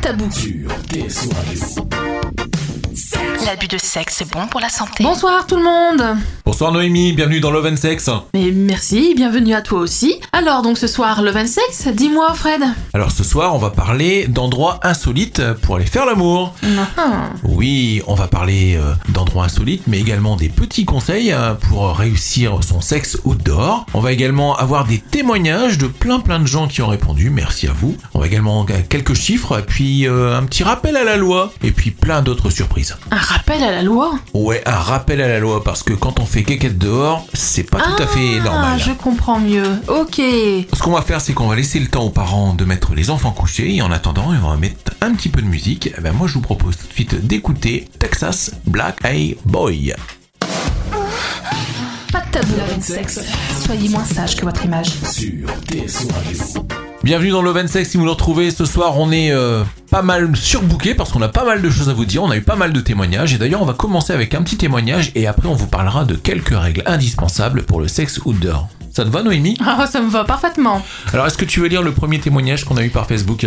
tabou. L'abus de sexe est bon pour la santé. Bonsoir tout le monde. Bonsoir Noémie, bienvenue dans Love and Sex. Mais merci, bienvenue à toi aussi. Alors donc ce soir, le 26, dis-moi Fred. Alors ce soir, on va parler d'endroits insolites pour aller faire l'amour. Ah, Oui, on va parler euh, d'endroits insolites, mais également des petits conseils euh, pour réussir son sexe outdoor. On va également avoir des témoignages de plein plein de gens qui ont répondu, merci à vous. On va également euh, quelques chiffres, et puis euh, un petit rappel à la loi, et puis plein d'autres surprises. Un rappel à la loi. Ouais, un rappel à la loi, parce que quand on fait quéquette dehors, c'est pas tout à fait normal. Ah, je comprends mieux. Ok. Ce qu'on va faire, c'est qu'on va laisser le temps aux parents de mettre les enfants couchés et en attendant, on va mettre un petit peu de musique. Eh ben, moi, je vous propose tout de suite d'écouter Texas Black Eye Boy. Pas de tabou. Love and sex. Soyez moins sage que votre image. Bienvenue dans Love and Sex, si vous le retrouvez ce soir, on est euh, pas mal surbooké parce qu'on a pas mal de choses à vous dire, on a eu pas mal de témoignages et d'ailleurs on va commencer avec un petit témoignage et après on vous parlera de quelques règles indispensables pour le sexe outdoor. Ça te va Noémie Ah, ça me va parfaitement. Alors est-ce que tu veux lire le premier témoignage qu'on a eu par Facebook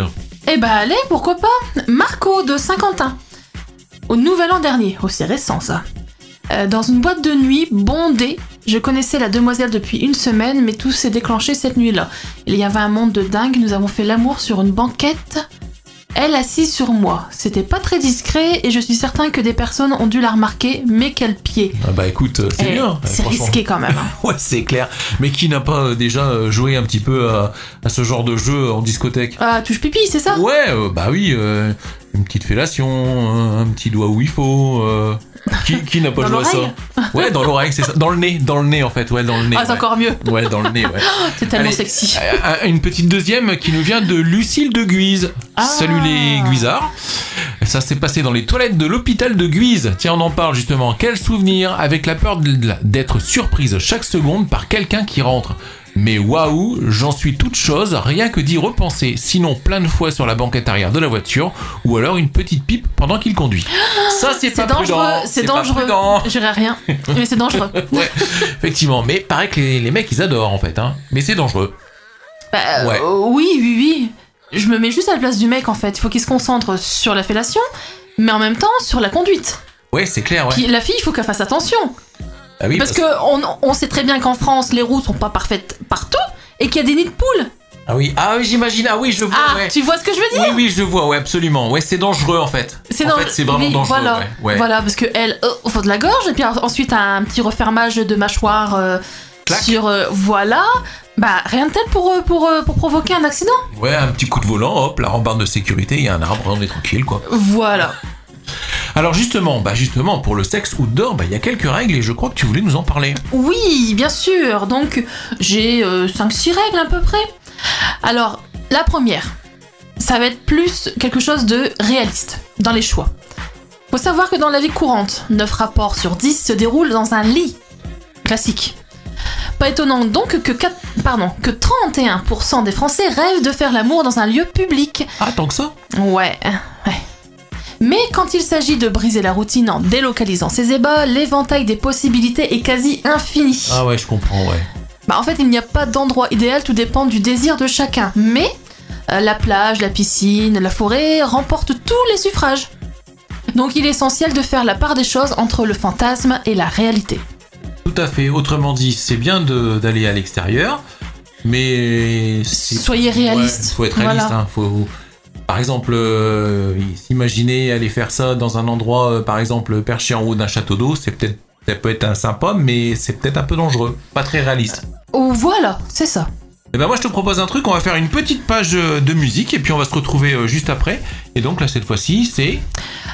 Eh bah allez, pourquoi pas Marco de Saint-Quentin. Au nouvel an dernier, oh c'est récent ça. Euh, dans une boîte de nuit bondée, je connaissais la demoiselle depuis une semaine, mais tout s'est déclenché cette nuit-là. Il y avait un monde de dingue, nous avons fait l'amour sur une banquette. Elle assise sur moi. C'était pas très discret et je suis certain que des personnes ont dû la remarquer, mais quel pied. Ah bah écoute, euh, c'est Eh, bien C'est franchement. risqué quand même. hein. Ouais, c'est clair. Mais qui n'a pas euh, déjà euh, joué un petit peu à, à ce genre de jeu en discothèque Ah, touche pipi, c'est ça Ouais, euh, bah oui, euh, une petite fellation, un, un petit doigt où il faut. euh, qui qui n'a pas Dans joué à ça Ouais, dans l'oreille, c'est ça. Dans le nez, dans le nez en fait, ouais, dans le nez. Ah, c'est ouais. encore mieux. Ouais, dans le nez, ouais. C'est tellement Allez. sexy. Euh, Une petite deuxième qui nous vient de Lucille de Guise. Ah. Salut les Guisards. Ça s'est passé dans les toilettes de l'hôpital de Guise. Tiens, on en parle justement. Quel souvenir avec la peur de- d'être surprise chaque seconde par quelqu'un qui rentre. Mais waouh, j'en suis toute chose, rien que d'y repenser. Sinon, plein de fois sur la banquette arrière de la voiture, ou alors une petite pipe pendant qu'il conduit. Ça, c'est pas C'est dangereux, prudent. c'est pas dangereux. prudent. J'irai rien, mais c'est dangereux. Ouais, effectivement. Mais pareil que les, les mecs, ils adorent en fait. Hein. Mais c'est dangereux. Bah, euh, Ouais. oui, oui, oui. Je me mets juste à la place du mec en fait. Il faut qu'il se concentre sur la fellation, mais en même temps sur la conduite. Ouais, c'est clair. Ouais. Puis la fille, il faut qu'elle fasse attention. Ah oui, parce que on, on sait très bien qu'en France, les roues sont pas parfaites partout et qu'il y a des nids de poules. Ah oui, ah oui, j'imagine, ah oui, je vois, Ah, ouais. tu vois ce que je veux dire Oui, oui, je vois, ouais, absolument. Ouais, c'est dangereux en fait. En dans- fait, c'est vraiment oui, dangereux. Voilà. ouais, ouais. voilà, parce que elle, euh, au fond de la gorge, et puis ensuite un petit refermage de mâchoire euh, Clac. sur. euh, voilà. Bah, rien de tel pour, euh, pour, euh, pour provoquer un accident. Ouais, un petit coup de volant, hop, la rambarde de sécurité, il y a un arbre, on est tranquille, quoi. Voilà. Alors justement, bah justement, pour le sexe outdoor, bah il y a quelques règles et je crois que tu voulais nous en parler. Oui, bien sûr. Donc, j'ai 5-6 règles à peu près. Alors, la première, ça va être plus quelque chose de réaliste dans les choix. Faut savoir que dans la vie courante, 9 rapports sur 10 se déroulent dans un lit. Classique. Pas étonnant donc que, quatre- pardon, que 31% des Français rêvent de faire l'amour dans un lieu public. Ah, tant que ça Ouais, ouais. Mais quand il s'agit de briser la routine en délocalisant ses ébats, l'éventail des possibilités est quasi infini. Ah ouais, je comprends, ouais. Bah, en fait, il n'y a pas d'endroit idéal, tout dépend du désir de chacun. Mais euh, la plage, la piscine, la forêt remportent tous les suffrages. Donc il est essentiel de faire la part des choses entre le fantasme et la réalité. Tout à fait. Autrement dit, c'est bien de- d'aller à l'extérieur, mais c'est- Soyez réaliste. Ouais, faut être réaliste. Voilà. hein, faut- Par exemple, euh, s'imaginer aller faire ça dans un endroit, euh, par exemple, perché en haut d'un château d'eau, c'est peut-être ça peut être un sympa, mais c'est peut-être un peu dangereux, pas très réaliste. Oh voilà, c'est ça. Et ben moi, je te propose un truc. On va faire une petite page euh, de musique et puis on va se retrouver euh, juste après. Et donc là, cette fois-ci, c'est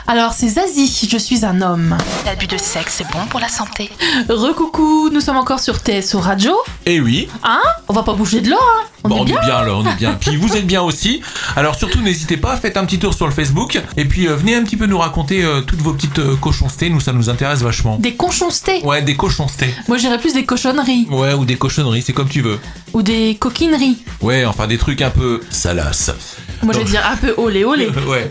Alors c'est Zazie, je suis un homme. L'abus de sexe est bon pour la santé. Recoucou, nous sommes encore sur TSO Radio. Eh oui, On va pas bouger de là, hein. On Bon, est bien. là, on est bien. Puis vous êtes bien aussi. Alors surtout, n'hésitez pas, faites un petit tour sur le Facebook. Et puis euh, venez un petit peu nous raconter euh, toutes vos petites euh, cochoncetés. Nous, ça nous intéresse vachement. Des cochoncetés. Ouais, des cochoncetés. Moi j'irais plus des cochonneries Ouais, ou des cochonneries, c'est comme tu veux. ou des coquineries. Ouais, enfin des trucs un peu salaces. Moi je vais Donc- dire un peu olé olé. ouais.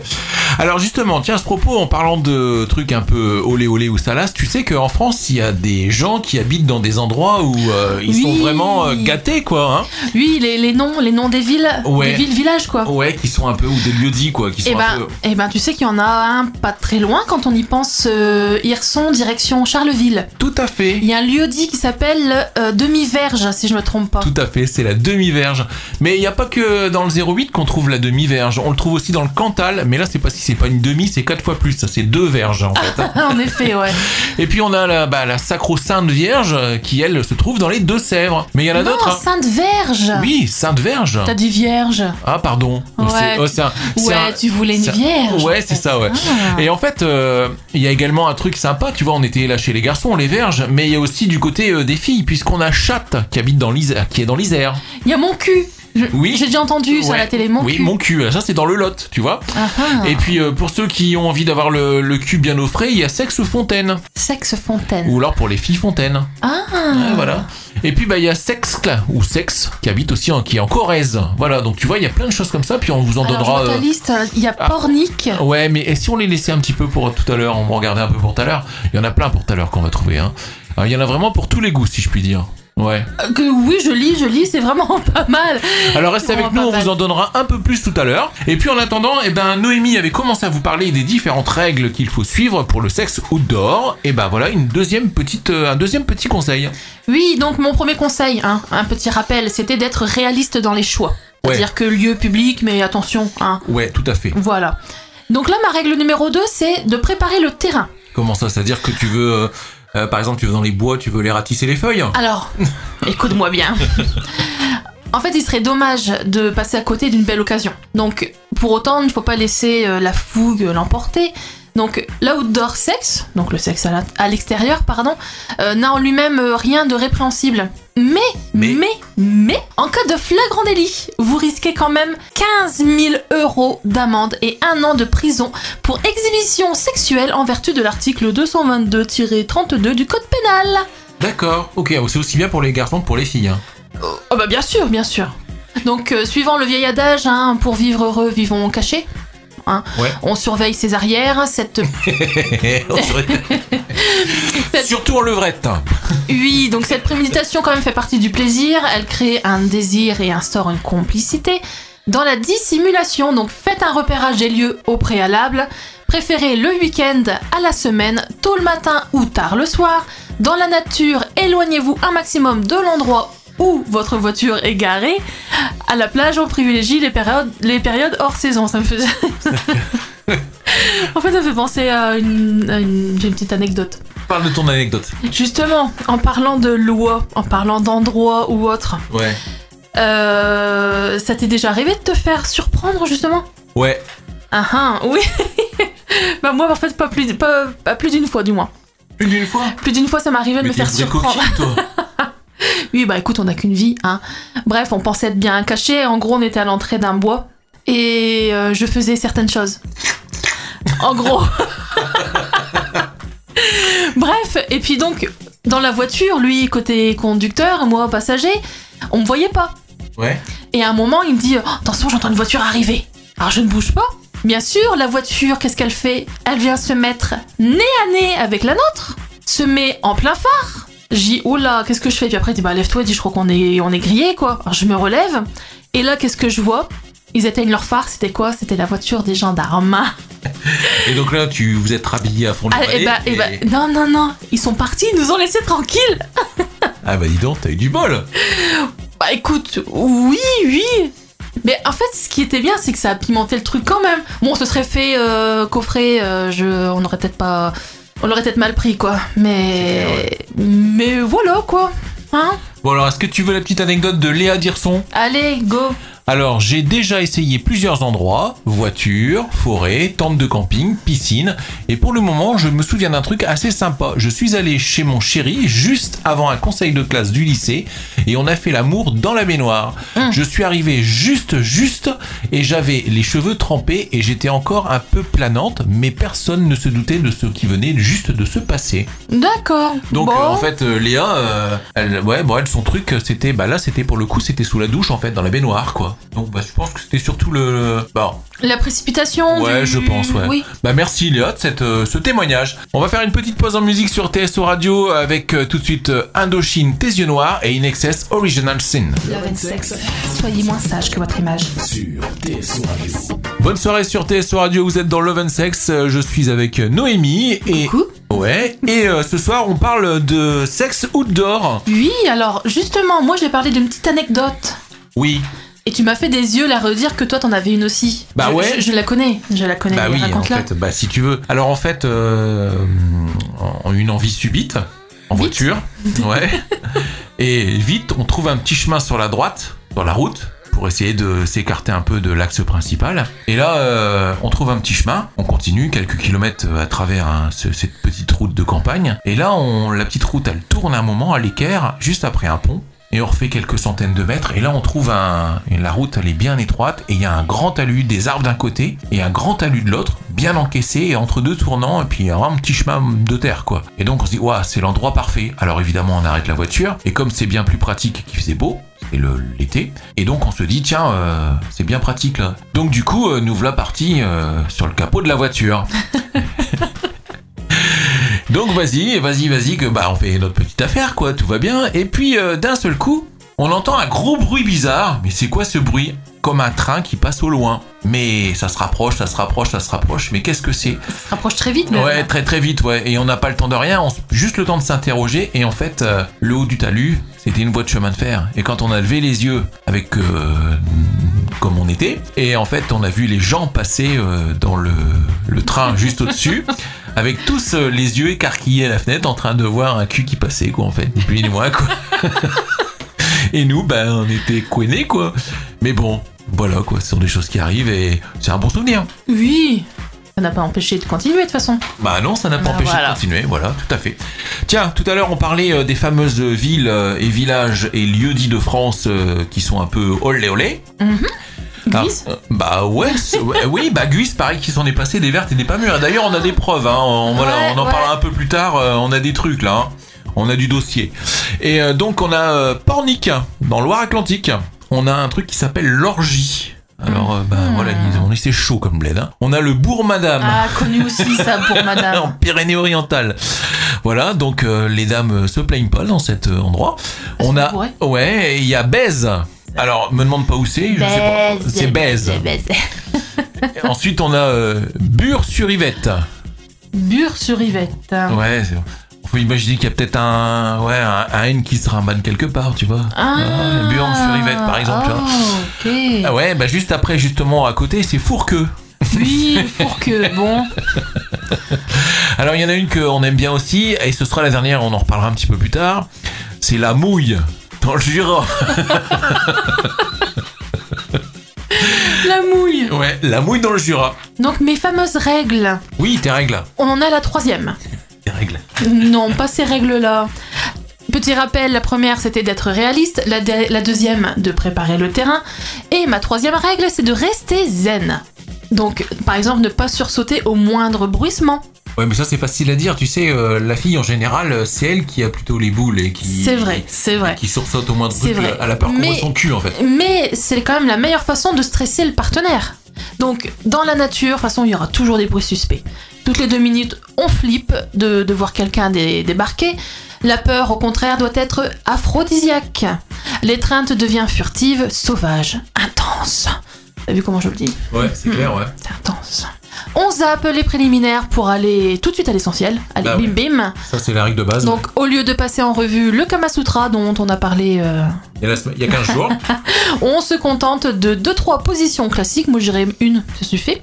Alors justement, tiens, à ce propos, propos, en parlant de trucs un peu olé olé ou salace, tu sais qu'en France, il y a des gens qui habitent dans des endroits où euh, ils sont Oui. vraiment euh, gâtés, quoi. hein. Oui, les, les noms, les noms des villes, Ouais. des villes, villages, quoi. ouais, qui sont un peu, ou des lieux-dits, quoi, qui sont Eh un ben, peu. eh ben, tu sais qu'il y en a un pas très loin quand on y pense, euh, Hirson, direction Charleville. Tout à fait. Il y a un lieu-dit qui s'appelle euh, Demi-Verge, si je me trompe pas. Tout à fait, c'est la demi-verge. Mais il n'y a pas que dans le 08 qu'on trouve la demi-verge. On le trouve aussi dans le Cantal, mais là, c'est pas si c'est pas une demi, c'est quatre fois plus. Ça, c'est deux verges, en fait. hein. en effet, ouais. Et puis, on a la, bah, la Sacro-Sainte Vierge, euh, qui, elle, se trouve dans les Deux-Sèvres. Mais il y en a non, d'autres. hein. Sainte Verge Oui, Sainte Vierge. T'as dit Vierge. Ah, pardon. Ouais, C'est- oh, c'est un- c'est Ouais, un- tu voulais une c'est un- Vierge. Ouais, c'est ça, ouais. Ah. Et en fait, euh, il y a également un truc sympa, tu vois, on était là chez les garçons, les verges, mais il y a aussi du côté euh, des filles, puisqu'on a Chatte qui habite dans l'Isère, qui est dans l'Isère. Il y a mon cul. Je- Oui. J'ai déjà entendu ça à Ouais. la télé, mon oui, cul. mon cul, euh, ça c'est dans le Lot, tu vois. Ah, ah. Et puis euh, pour ceux qui ont envie d'avoir le, le cul bien au frais, il y a Sexe Fontaine. Sexe fontaine. Ou alors pour les filles Fontaine. Ah. Ouais, voilà. Et puis bah il y a Sexcle ou Sexe qui habite aussi en, qui est en Corrèze. Voilà, donc tu vois, il y a plein de choses comme ça, puis on vous en Alors, je donnera. vois ta euh, liste, hein. il y a ah. Pornic. Ouais, mais et si on les laissait un petit peu pour tout à l'heure, on va regarder un peu pour tout à l'heure. Il y en a plein pour tout à l'heure qu'on va trouver. Hein. Alors, il y en a vraiment pour tous les goûts, si je puis dire. Ouais. Euh, Que oui, je lis, je lis, c'est vraiment pas mal. Alors restez avec Oh, nous, on pas mal. vous en donnera un peu plus tout à l'heure. Et puis en attendant, eh ben Noémie avait commencé à vous parler des différentes règles qu'il faut suivre pour le sexe outdoor. Et ben voilà, une deuxième petite, euh, un deuxième petit conseil. Oui, donc mon premier conseil, hein, un petit rappel, c'était d'être réaliste dans les choix. Ouais. C'est-à-dire que lieu public, mais attention, hein, Ouais, tout à fait. voilà. Donc là, ma règle numéro 2, c'est de préparer le terrain. Comment ça, c'est-à-dire que tu veux, euh, euh, par exemple, tu veux dans les bois, tu veux les ratisser les feuilles Alors, écoute-moi bien. En fait, il serait dommage de passer à côté d'une belle occasion. Donc, pour autant, il ne faut pas laisser euh, la fougue l'emporter. Donc, l'outdoor sex, donc le sexe à la- à l'extérieur, pardon, euh, n'a en lui-même euh, rien de répréhensible. Mais, Mais- mais, mais, en cas de flagrant délit, vous risquez quand même 15 000 euros d'amende et un an de prison pour exhibition sexuelle en vertu de l'article 222-32 du Code pénal. D'accord. Ok, oh, c'est aussi bien pour les garçons que pour les filles. hein. Oh bah bien sûr, bien sûr. Donc euh, suivant le vieil adage, hein, pour vivre heureux, vivons cachés. Hein. Ouais. On surveille ses arrières, cette... Surtout en levrette. oui, donc cette préméditation quand même fait partie du plaisir, elle crée un désir et instaure une complicité. Dans la dissimulation, donc faites un repérage des lieux au préalable, préférez le week-end à la semaine, tôt le matin ou tard le soir. Dans la nature, éloignez-vous un maximum de l'endroit où votre voiture est garée. À la plage, on privilégie les périodes, les périodes hors saison. Ça me fait. en fait, ça me fait penser à une, à une- j'ai une petite anecdote. Parle de ton anecdote. Justement, en parlant de loi, en parlant d'endroit ou autre, Ouais. euh, ça t'est déjà arrivé de te faire surprendre justement Ouais. Ah ah, oui Bah moi, en fait, pas plus, pas, pas plus d'une fois du moins. Une d'une fois. Plus d'une fois, ça m'est arrivé de me t'es faire une vraie surprendre. coquille, toi. Oui, bah écoute, on n'a qu'une vie, hein. Bref, on pensait être bien caché. En gros, on était à l'entrée d'un bois et euh, je faisais certaines choses. En gros. Bref, et puis donc, dans la voiture, lui côté conducteur, moi passager, on me voyait pas. Ouais. Et à un moment, il me dit Oh, Attention, j'entends une voiture arriver. Alors je ne bouge pas. Bien sûr, la voiture, qu'est-ce qu'elle fait Elle vient se mettre nez à nez avec la nôtre, se met en plein phare. J'y dis, oh là, qu'est-ce que je fais Puis après, il dit, bah lève-toi, il dit, je crois qu'on est, on est grillé, quoi. Alors je me relève, et là, qu'est-ce que je vois Ils éteignent leur phare, c'était quoi C'était la voiture des gendarmes. Et donc là, tu vous êtes rhabillé à fond de Ah, palais, et bah, et bah, non, non, non, ils sont partis, ils nous ont laissés tranquilles. Ah bah dis donc, t'as eu du bol. Bah écoute, oui, oui. Mais en fait, ce qui était bien, c'est que ça a pimenté le truc quand même. Bon, on se serait fait euh, coffrer, euh, je, on aurait peut-être pas, on l'aurait peut-être mal pris quoi. Mais, mais voilà quoi. Hein Bon alors, est-ce que tu veux la petite anecdote de Léa Dirson Allez, go. Alors, j'ai déjà essayé plusieurs endroits, voiture, forêt, tente de camping, piscine, et pour le moment, je me souviens d'un truc assez sympa. Je suis allé chez mon chéri juste avant un conseil de classe du lycée, et on a fait l'amour dans la baignoire. Mm. Je suis arrivé juste, juste, et j'avais les cheveux trempés, et j'étais encore un peu planante, mais personne ne se doutait de ce qui venait juste de se passer. D'accord. Donc Bon. euh, en fait euh, Léa, euh, elle, ouais, bon, elle, son truc euh, c'était, bah là c'était pour le coup c'était sous la douche en fait dans la baignoire quoi. Donc bah, je pense que c'était surtout le... Bon, La précipitation Ouais, du- je pense, ouais. Oui. Bah merci Léa de cette, euh, ce témoignage. On va faire une petite pause en musique sur TSO Radio avec euh, tout de suite euh, Indochine, Tes yeux noirs et In Excess Original Sin. Love and sex. Soyez moins sage que votre image. Sur TSO Radio. Bonne soirée sur TSO Radio, vous êtes dans Love and Sex, euh, je suis avec euh, Noémie et... Coucou. Ouais, et euh, ce soir on parle de sexe outdoor. Oui, alors justement, moi j'ai parlé d'une petite anecdote. Oui, Et tu m'as fait des yeux la redire que toi t'en avais une aussi. Bah Je- ouais. Je, je la connais, je la connais. bah oui, en raconte-la. fait, bah si tu veux. Alors en fait, euh, en- une envie subite, en Vite. voiture, ouais. Et vite, on trouve un petit chemin sur la droite, sur la route, pour essayer de s'écarter un peu de l'axe principal. Et là, euh, on trouve un petit chemin, on continue quelques kilomètres à travers hein, ce- cette petite route de campagne. Et là, on, la petite route, elle tourne un moment à l'équerre, juste après un pont. Et on refait quelques centaines de mètres, et là on trouve un. et La route elle est bien étroite, et il y a un grand talus, des arbres d'un côté, et un grand talus de l'autre, bien encaissé, et entre deux tournants, et puis il y a vraiment un petit chemin de terre quoi. Et donc on se dit, waouh, c'est l'endroit parfait. Alors évidemment on arrête la voiture, et comme c'est bien plus pratique et qu'il faisait beau, et l'été, et donc on se dit, tiens, euh, c'est bien pratique là. Donc du coup, euh, nous voilà partis euh, sur le capot de la voiture. Donc vas-y, vas-y, vas-y, que bah on fait notre petite affaire quoi, tout va bien. Et puis euh, d'un seul coup, on entend un gros bruit bizarre. Mais c'est quoi ce bruit Comme un train qui passe au loin. Mais ça se rapproche, ça se rapproche, ça se rapproche. Mais qu'est-ce que c'est Ça se rapproche très vite. même. Ouais, très très vite, ouais. Et on n'a pas le temps de rien, on s- juste le temps de s'interroger. Et en fait, euh, le haut du talus, c'était une voie de chemin de fer. Et quand on a levé les yeux avec euh, comme on était, et en fait, on a vu les gens passer euh, dans le, le train juste au-dessus, avec tous euh, les yeux écarquillés à la fenêtre, en train de voir un cul qui passait, quoi, en fait, ni plus ni moins, quoi. et nous, ben, on était couennés, quoi. Mais bon. Voilà quoi, ce sont des choses qui arrivent et c'est un bon souvenir. Oui. Ça n'a pas empêché de continuer de toute façon. Bah non, ça n'a Bah pas empêché voilà. de continuer, voilà, tout à fait. Tiens, tout à l'heure on parlait euh, des fameuses villes euh, et villages et lieux dits de France euh, qui sont un peu olé olé. Grise Ah, euh, bah ouais, c'est- ouais, oui, bah Guise, pareil qu'il s'en est passé des vertes et des pas mûres. D'ailleurs on a des preuves, hein, on, voilà, Ouais, on en ouais. parlera un peu plus tard, euh, on a des trucs là, hein. on a du dossier. Et euh, donc on a euh, Pornic, dans Loire-Atlantique, on a un truc qui s'appelle l'orgie. Alors, euh, bah, Hmm. voilà, ils ont laissé chaud comme bled. hein. On a le bourg-madame. Ah, connu aussi ça pour en madame. Pyrénées-Orientales. Voilà, donc euh, les dames euh, se plaignent pas dans cet euh, endroit. On c'est a vrai. ouais, et il y a Bèze. Alors, me demande pas où c'est, je sais pas. C'est Bèze. Et Ensuite, on a euh, Bure-sur-Yvette. Bure sur Yvette. Ouais, c'est- faut imaginer qu'il y a peut-être un ouais, un, un N qui se ramène quelque part, tu vois. Ah, Bure sur Yvette, par exemple, tu vois. Ah, Ah ok. ouais, bah juste après justement à côté, c'est Fourqueux. Oui, pour que, bon. Alors, il y en a une qu'on aime bien aussi et ce sera la dernière, on en reparlera un petit peu plus tard. C'est la mouille dans le Jura. La mouille. Ouais, la mouille dans le Jura. Donc, mes fameuses règles. Oui, tes règles. On en a la troisième. Tes règles. Non, pas ces règles-là. Petit rappel, la première c'était d'être réaliste, la, de- la deuxième de préparer le terrain, et ma troisième règle c'est de rester zen. Donc par exemple ne pas sursauter au moindre bruissement. Ouais, mais ça c'est facile à dire. Tu sais, euh, la fille en général, euh, c'est elle qui a plutôt les boules et qui. C'est vrai, c'est vrai. Qui sursaute au moins de C'est trucs. vrai. Elle a peur qu'on Mais- voit son cul en fait. Mais c'est quand même la meilleure façon de stresser le partenaire. Donc dans la nature, de toute façon il y aura toujours des bruits suspects. Toutes les deux minutes on flippe de, de voir quelqu'un dé- débarquer. La peur au contraire doit être aphrodisiaque. L'étreinte devient furtive, sauvage, intense. T'as vu comment je le dis Ouais, c'est clair, ouais. C'est intense. On zappe les préliminaires pour aller tout de suite à l'essentiel. Allez, Bah bim ouais. bim. Ça c'est la règle de base. Donc, au lieu de passer en revue le Kama Sutra dont on a parlé euh, Il y a, la semaine- il y a 15 jours. on se contente de 2-3 positions classiques, moi j'irais une, ça suffit.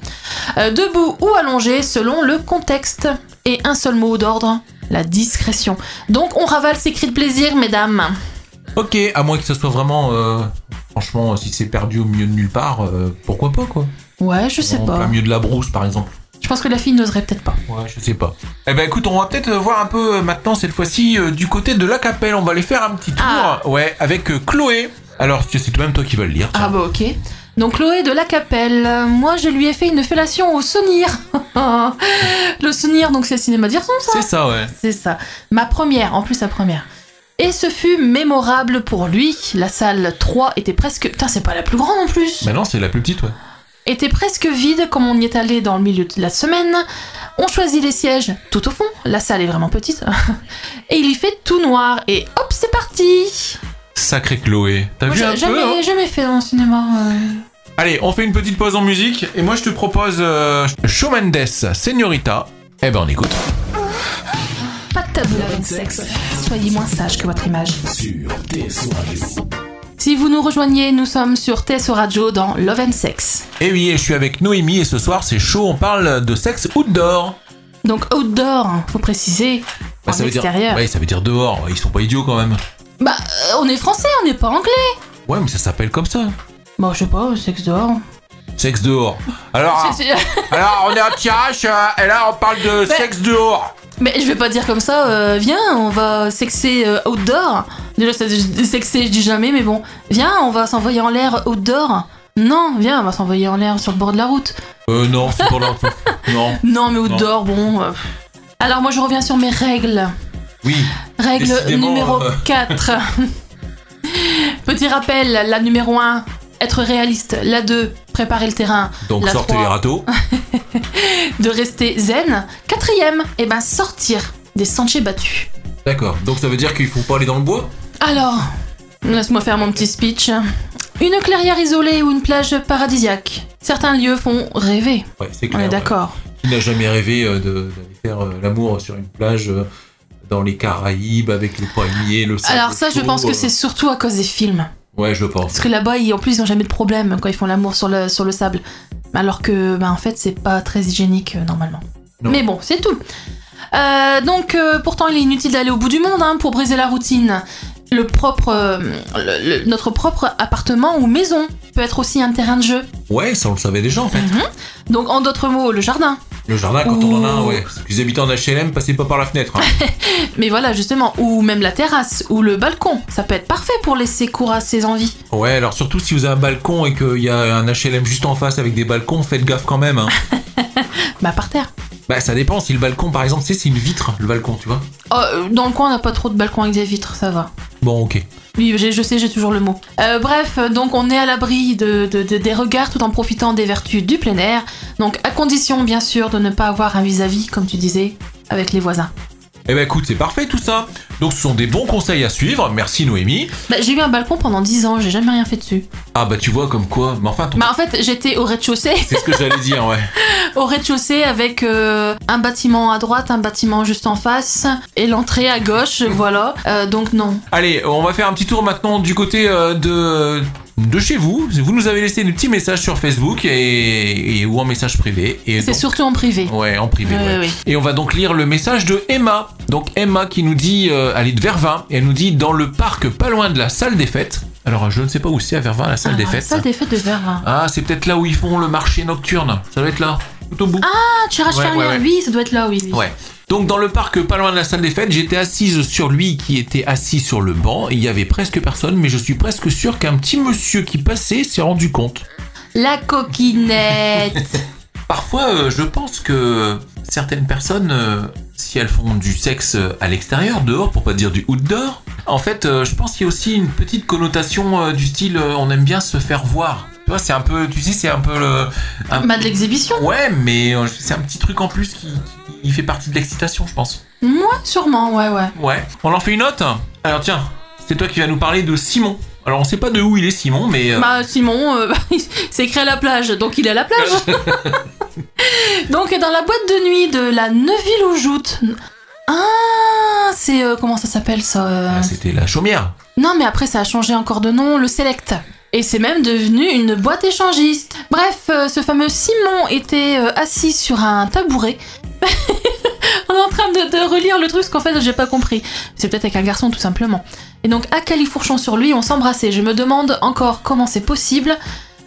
Euh, debout ou allongé selon le contexte. Et un seul mot d'ordre, la discrétion. Donc on ravale ses cris de plaisir, mesdames. ok, à moins que ce soit vraiment. euh, franchement, si c'est perdu au milieu de nulle part, euh, pourquoi pas quoi. Ouais, je sais En pas. plein milieu de la brousse par exemple. Je pense que la fille n'oserait peut-être pas. Ouais, je sais pas. Eh ben écoute, on va peut-être voir un peu euh, maintenant cette fois-ci euh, du côté de la capelle. On va aller faire un petit tour. Ah. Ouais, avec euh, Chloé. Alors, tu- c'est toi-même toi qui vas le lire. tiens. Ah bah ok. Donc Chloé de la Capelle, euh, moi je lui ai fait une fellation au sonir. le sonir, donc c'est le cinéma d'Irson, ça C'est ça, ouais. C'est ça. Ma première, en plus la première. Et ce fut mémorable pour lui. La salle 3 était presque. Putain, c'est pas la plus grande en plus Bah non, c'est la plus petite, ouais. était presque vide comme on y est allé dans le milieu de la semaine. On choisit les sièges tout au fond, la salle est vraiment petite. et il y fait tout noir et hop, c'est parti Sacré Chloé. T'as Moi, vu un j'ai jamais, peu hein jamais fait dans le cinéma. euh. Allez, on fait une petite pause en musique. Et moi, je te propose euh, Shawn Mendes, Señorita. Eh ben, on écoute. Pas de tabou Love avec le and sexe. Sex Soyez moins sage que votre image. sur tes soirées. Si vous nous rejoignez, nous sommes sur TSO Radio dans Love and Sex. Et Eh oui, et je suis avec Noémie et ce soir, c'est chaud. On parle de sexe outdoor. Donc outdoor, hein, faut préciser, Bah, en extérieur. Dire... Ouais, ça veut dire dehors. Ils sont pas idiots quand même. Bah, euh, on est français, on n'est pas anglais. Ouais, mais ça s'appelle comme ça. Bon, je sais pas, sexe dehors. Sexe dehors. Alors, C'est- c'est- alors on est à tirage euh, et là, on parle de Mais- sexe dehors. Mais je vais pas dire comme ça, euh, viens, on va sexer euh, outdoor. Déjà, ça, je- sexer, je dis jamais, mais bon. Viens, on va s'envoyer en l'air outdoor. Non, viens, on va s'envoyer en l'air sur le bord de la route. Euh, non, c'est pour l'enfant. non. Non, mais outdoor, bon. euh. Alors, moi, je reviens sur mes règles. Oui. Règle Décidément, numéro euh. 4. Petit rappel, la numéro 1, être réaliste. La 2, préparer le terrain. Donc, La sortez trois. les râteaux. De rester zen. Quatrième, eh ben, sortir des sentiers battus. D'accord. Donc, ça veut dire qu'il faut pas aller dans le bois Alors, laisse-moi faire mon petit speech. Une clairière isolée ou une plage paradisiaque. Certains lieux font rêver, Ah Ouais, c'est on clair. est d'accord. Qui n'a jamais rêvé euh, de- d'aller faire euh, l'amour sur une plage euh, dans les Caraïbes avec le palmier, le sable Alors ça, je chaud, pense euh. que c'est surtout à cause des films. Ouais, je pense. Parce que là-bas, ils- en plus, ils n'ont jamais de problème quand ils font l'amour sur le, sur le sable. Alors que, bah, en fait, c'est pas très hygiénique euh, normalement. Non. Mais bon, c'est tout. Euh, donc, euh, pourtant, il est inutile d'aller au bout du monde hein, pour briser la routine. Le propre, euh, le- le- notre propre appartement ou maison peut être aussi un terrain de jeu. Mhm. Ouais, ça on le savait déjà en fait. Donc, en d'autres mots, le jardin. Le jardin, quand on en a un, Ouh. ouais. Les habitants d'HLM, passez pas par la fenêtre. hein. Mais voilà, justement, ou même la terrasse, ou le balcon, ça peut être parfait pour laisser cours à ses envies. ouais, alors surtout si vous avez un balcon et qu'il y a un HLM juste en face avec des balcons, faites gaffe quand même. hein. Bah, par terre. bah, ça dépend. Si le balcon, par exemple, tu sais, c'est une vitre, le balcon, tu vois. Oh, euh, dans le coin, on n'a pas trop de balcon avec des vitres, ça va. Bon, ok. Oui, j'ai- je sais, j'ai toujours le mot. Euh, bref, donc on est à l'abri de, de- de- des regards tout en profitant des vertus du plein air. Donc, à condition, bien sûr, de ne pas avoir un vis-à-vis, comme tu disais, avec les voisins. Eh ben écoute, c'est parfait tout ça. Donc, ce sont des bons conseils à suivre. Merci Noémie. Bah, j'ai eu un balcon pendant 10 ans, j'ai jamais rien fait dessus. Ah, bah, tu vois, comme quoi. Mais enfin, ton- Bah, en fait, j'étais au rez-de-chaussée. c'est ce que j'allais dire, ouais. au rez-de-chaussée avec euh, un bâtiment à droite, un bâtiment juste en face et l'entrée à gauche, voilà. Euh, donc non. Allez, on va faire un petit tour maintenant du côté euh, de de chez vous. Vous nous avez laissé des petits messages sur Facebook et, et- ou en message privé. Et C'est donc- surtout en privé. Ouais, en privé. Oui, ouais. oui, Et on va donc lire le message de Emma. Donc Emma qui nous dit, euh, elle est de Vervin, et elle nous dit dans le parc pas loin de la salle des fêtes. Alors je ne sais pas où c'est à Vervin, Ah, la salle des Alors, fêtes. Ah, Salle ça. des fêtes de hein. Vervin. Ah, c'est peut-être là où ils font le marché nocturne. Ça doit être là, tout au bout. Ah, tirage Ouais, fermier, ouais, ouais. oui, ça doit être là, oui. oui. Ouais. Donc dans le parc pas loin de la salle des fêtes, j'étais assise sur lui qui était assis sur le banc et il y avait presque personne, mais je suis presque sûr qu'un petit monsieur qui passait s'est rendu compte. La coquinette. Parfois, euh, je pense que certaines personnes, euh, si elles font du sexe euh, à l'extérieur, dehors, pour pas dire du outdoor, en fait, euh, je pense qu'il y a aussi une petite connotation euh, du style euh, on aime bien se faire voir. Tu vois, c'est un peu, tu sais, c'est un peu le. un- bah, de l'exhibition. Ouais, mais euh, c'est un petit truc en plus qui, qui fait partie de l'excitation, je pense. Moi, sûrement, ouais, ouais. Ouais. On en fait une autre Alors tiens, c'est toi qui vas nous parler de Simon. Alors on sait pas de où il est Simon, mais... euh, Bah, Simon, euh, c'est écrit à la plage, donc il est à la plage. donc, dans la boîte de nuit de la Neuville-aux-Joutes. Ah, c'est. euh, comment ça s'appelle ça euh ah, C'était la chaumière. Non, mais après, ça a changé encore de nom, le Select. Et c'est même devenu une boîte échangiste. Bref, euh, ce fameux Simon était euh, assis sur un tabouret. On est en train de, de relire le truc, parce qu'en fait, j'ai pas compris. C'est peut-être avec un garçon, tout simplement. Et donc, à califourchon sur lui, on s'embrassait. Je me demande encore comment c'est possible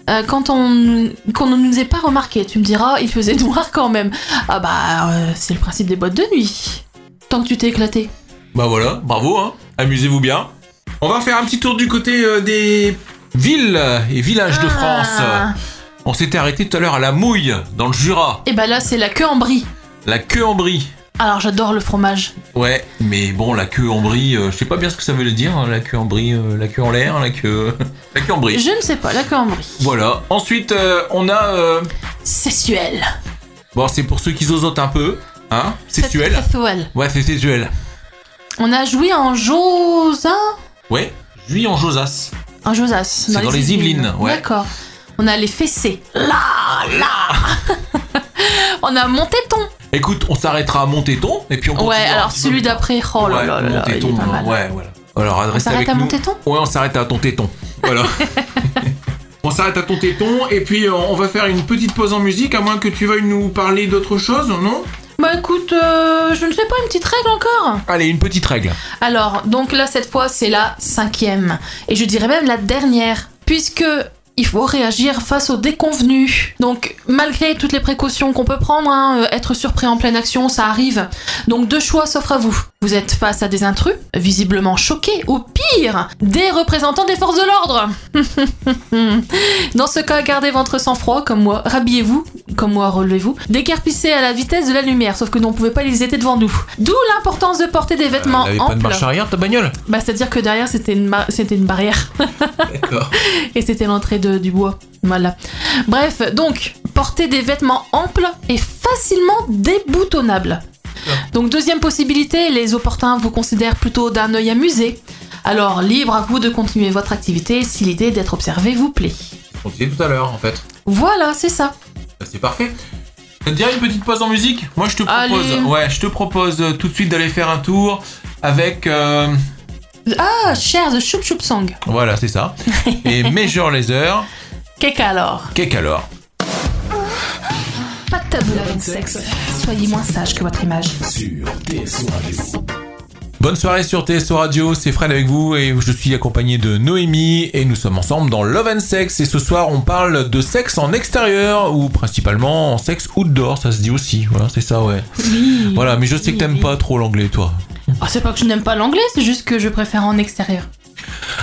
euh, quand on, qu'on ne nous ait pas remarqué. Tu me diras, il faisait noir quand même. Ah bah, euh, c'est le principe des boîtes de nuit. Tant que tu t'es éclaté. Bah voilà, bravo, hein. Amusez-vous bien. On va faire un petit tour du côté euh, des villes et villages Ah. de France. On s'était arrêté tout à l'heure à la Mouille, dans le Jura. Et bah là, c'est la queue en brie. La queue en brie. Alors j'adore le fromage. Ouais, mais bon, la queue en brie, euh, je sais pas bien ce que ça veut dire, hein, la queue en brie, euh, la queue en l'air, la queue, la queue en brie. Je ne sais pas, la queue en brie. Voilà. Ensuite, euh, on a, euh, Sexuel. bon, c'est pour ceux qui zozotent un peu, hein, sexuel. Sexuel. Ouais, c'est sexuel. On a joué en Josin. Ouais. Lui en Josas. En Josas. C'est dans les Yvelines, ouais. D'accord. On a les fessées. Là, là. on a mon téton. Écoute, on s'arrêtera à Montéton et puis on Ouais, continuera un alors petit celui peu. d'après. Oh là Ouais, là là là, il Montéton, est pas mal. ouais, voilà. Alors, On adresse avec s'arrête à nous. mon téton Ouais, on s'arrête à ton téton. Voilà. on s'arrête à ton téton et puis euh, on va faire une petite pause en musique, à moins que tu veuilles nous parler d'autre chose, non Bah écoute, euh, je ne sais pas, une petite règle encore Allez, une petite règle. Alors, donc là, cette fois, c'est la cinquième. Et je dirais même la dernière, puisque il faut réagir face aux déconvenus. Donc, malgré toutes les précautions qu'on peut prendre, hein, euh, être surpris en pleine action, ça arrive. Donc, deux choix s'offrent à vous. Vous êtes face à des intrus, visiblement choqués, ou pire, des représentants des forces de l'ordre. Dans ce cas, gardez votre sang-froid, comme moi, rhabillez-vous, comme moi, relevez-vous, décarpissez à la vitesse de la lumière, sauf que nous, on pouvait pas les aider devant nous. D'où l'importance de porter des vêtements avait Euh, pas de amples. marche arrière, ta bagnole Bah, c'est-à-dire que derrière, c'était une, ma- c'était une barrière. D'accord. Et c'était l'entrée de- du bois. Voilà. Bref, donc, porter des vêtements amples et facilement déboutonnables. Donc, deuxième possibilité, les opportuns vous considèrent plutôt d'un œil amusé. Alors, libre à vous de continuer votre activité si l'idée d'être observé vous plaît. On disait tout à l'heure, en fait. Voilà, c'est ça. Bah, C'est parfait. Ça te dirait une petite pause en musique Moi, je te propose. Allez. Ouais, je te propose euh, tout de suite d'aller faire un tour avec. euh, Ah, cher de Choup Choup Song. Voilà, c'est ça. Et Major Laser, Keka alors. qu'est alors Pas de tabou avec le sexe. Soyez moins sage que votre image. sur tes soirées. Bonne soirée sur TSO Radio, c'est Fred avec vous et je suis accompagné de Noémie et nous sommes ensemble dans Love and Sex et ce soir on parle de sexe en extérieur ou principalement en sexe outdoor, ça se dit aussi, voilà c'est ça ouais. Oui. Voilà mais je sais que t'aimes pas trop l'anglais toi. Ah, c'est pas que je n'aime pas l'anglais, c'est juste que je préfère en extérieur.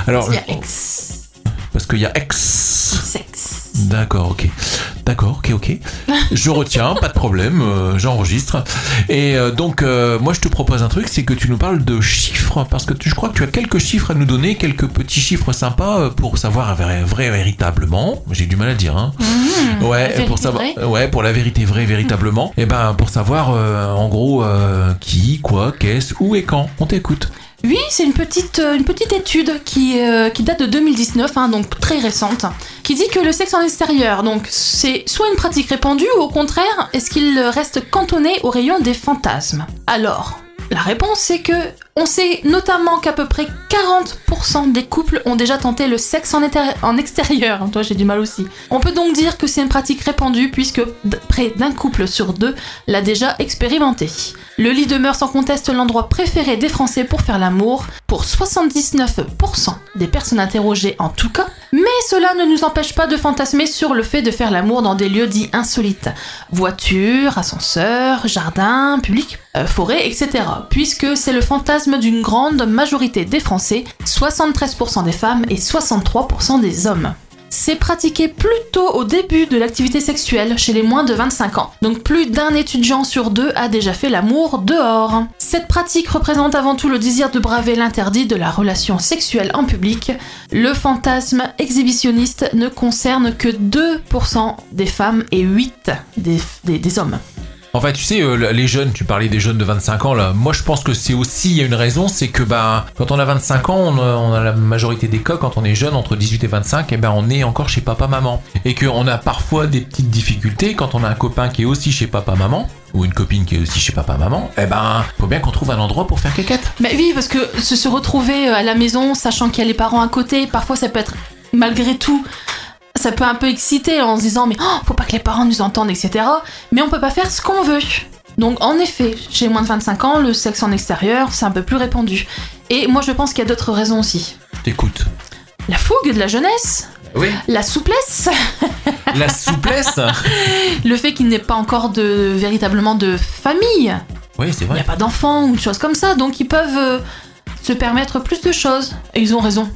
Alors Il y a ex. parce qu'il y a ex. Sexe. D'accord, ok. D'accord, ok, ok. Je retiens, pas de problème, euh, j'enregistre. Et euh, donc, euh, moi, je te propose un truc, c'est que tu nous parles de chiffres, parce que tu- je crois que tu as quelques chiffres à nous donner, quelques petits chiffres sympas euh, pour savoir vrai, vrai véritablement. J'ai du mal à dire, hein. Mmh, la ouais, vérité pour savoir, vraie. ouais, pour la vérité vraie, véritablement. Et ben, pour savoir, euh, en gros, euh, qui, quoi, qu'est-ce, où et quand. On t'écoute. Oui, c'est une petite, euh, une petite étude qui, euh, qui date de 2019, hein, donc très récente, qui dit que le sexe en extérieur, donc c'est soit une pratique répandue ou au contraire, est-ce qu'il reste cantonné au rayon des fantasmes Alors, la réponse c'est que on sait notamment qu'à peu près 40% des couples ont déjà tenté le sexe en, éter- en extérieur. Toi, j'ai du mal aussi. On peut donc dire que c'est une pratique répandue puisque d- près d'un couple sur deux l'a déjà expérimenté. Le lit demeure sans conteste l'endroit préféré des Français pour faire l'amour, pour 79% des personnes interrogées en tout cas, mais cela ne nous empêche pas de fantasmer sur le fait de faire l'amour dans des lieux dits insolites. Voiture, ascenseur, jardin, public, euh, forêt, etc. Puisque c'est le fantasme d'une grande majorité des Français, 73% des femmes et 63% des hommes. C'est pratiqué plutôt au début de l'activité sexuelle chez les moins de 25 ans. Donc plus d'un étudiant sur deux a déjà fait l'amour dehors. Cette pratique représente avant tout le désir de braver l'interdit de la relation sexuelle en public. Le fantasme exhibitionniste ne concerne que 2% des femmes et 8% des, des- des hommes. En fait, tu sais, euh, les jeunes, tu parlais des jeunes de 25 ans là. Moi, je pense que c'est aussi il y a une raison, c'est que ben quand on a 25 ans, on a, on a la majorité des cas quand on est jeune entre 18 et 25, et ben on est encore chez papa maman et que on a parfois des petites difficultés quand on a un copain qui est aussi chez papa maman ou une copine qui est aussi chez papa maman. Et ben faut bien qu'on trouve un endroit pour faire quéquette. Mais oui, parce que se, se retrouver euh, à la maison, sachant qu'il y a les parents à côté, parfois ça peut être, malgré tout, ça peut un peu exciter en se disant mais oh, faut pas que les parents nous entendent, etc. Mais on peut pas faire ce qu'on veut. Donc en effet, chez moins de 25 ans, le sexe en extérieur, c'est un peu plus répandu. Et moi je pense qu'il y a d'autres raisons aussi. Je t'écoute. La fougue de la jeunesse, Oui. la souplesse, La souplesse. le fait qu'il n'ait pas encore de véritablement de famille, oui, c'est il n'y vrai. a pas d'enfants ou de choses comme ça, donc ils peuvent euh, se permettre plus de choses. Et ils ont raison.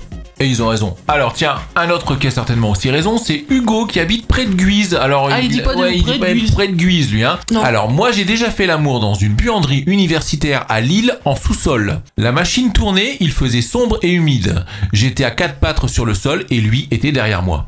Et ils ont raison. Alors tiens, un autre qui a certainement aussi raison, c'est Hugo qui habite près de Guise. Alors Ah, il dit pas de- ouais, il près dit de pas Guise. près de Guise lui. Hein. Non. Alors moi j'ai déjà fait l'amour dans une buanderie universitaire à Lille en sous-sol. La machine tournait, il faisait sombre et humide. J'étais à quatre pattes sur le sol et lui était derrière moi.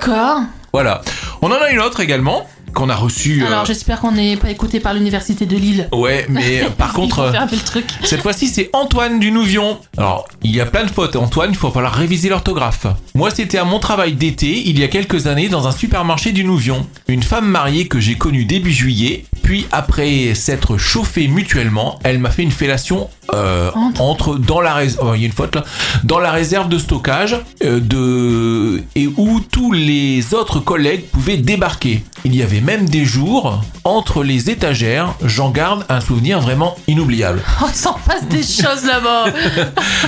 D'accord. Voilà. On en a une autre également qu'on a reçue. euh, Alors j'espère qu'on n'est pas écouté par l'université de Lille. Ouais, mais euh, par contre. Il faut euh, faire un peu le truc. Cette fois-ci, c'est Antoine du Nouvion. Alors, il y a plein de fautes, Antoine, il faut falloir réviser l'orthographe. Moi, c'était à mon travail d'été, il y a quelques années, dans un supermarché du Nouvion. Une femme mariée que j'ai connue début juillet, puis après s'être chauffée mutuellement, elle m'a fait une fellation euh, Entre. entre dans la réserve, il y a une faute là, dans la réserve de stockage euh, de et où tous les autres collègues pouvaient débarquer. Il y avait même des jours entre les étagères, j'en garde un souvenir vraiment inoubliable. Oh, il s'en passe des choses là-bas.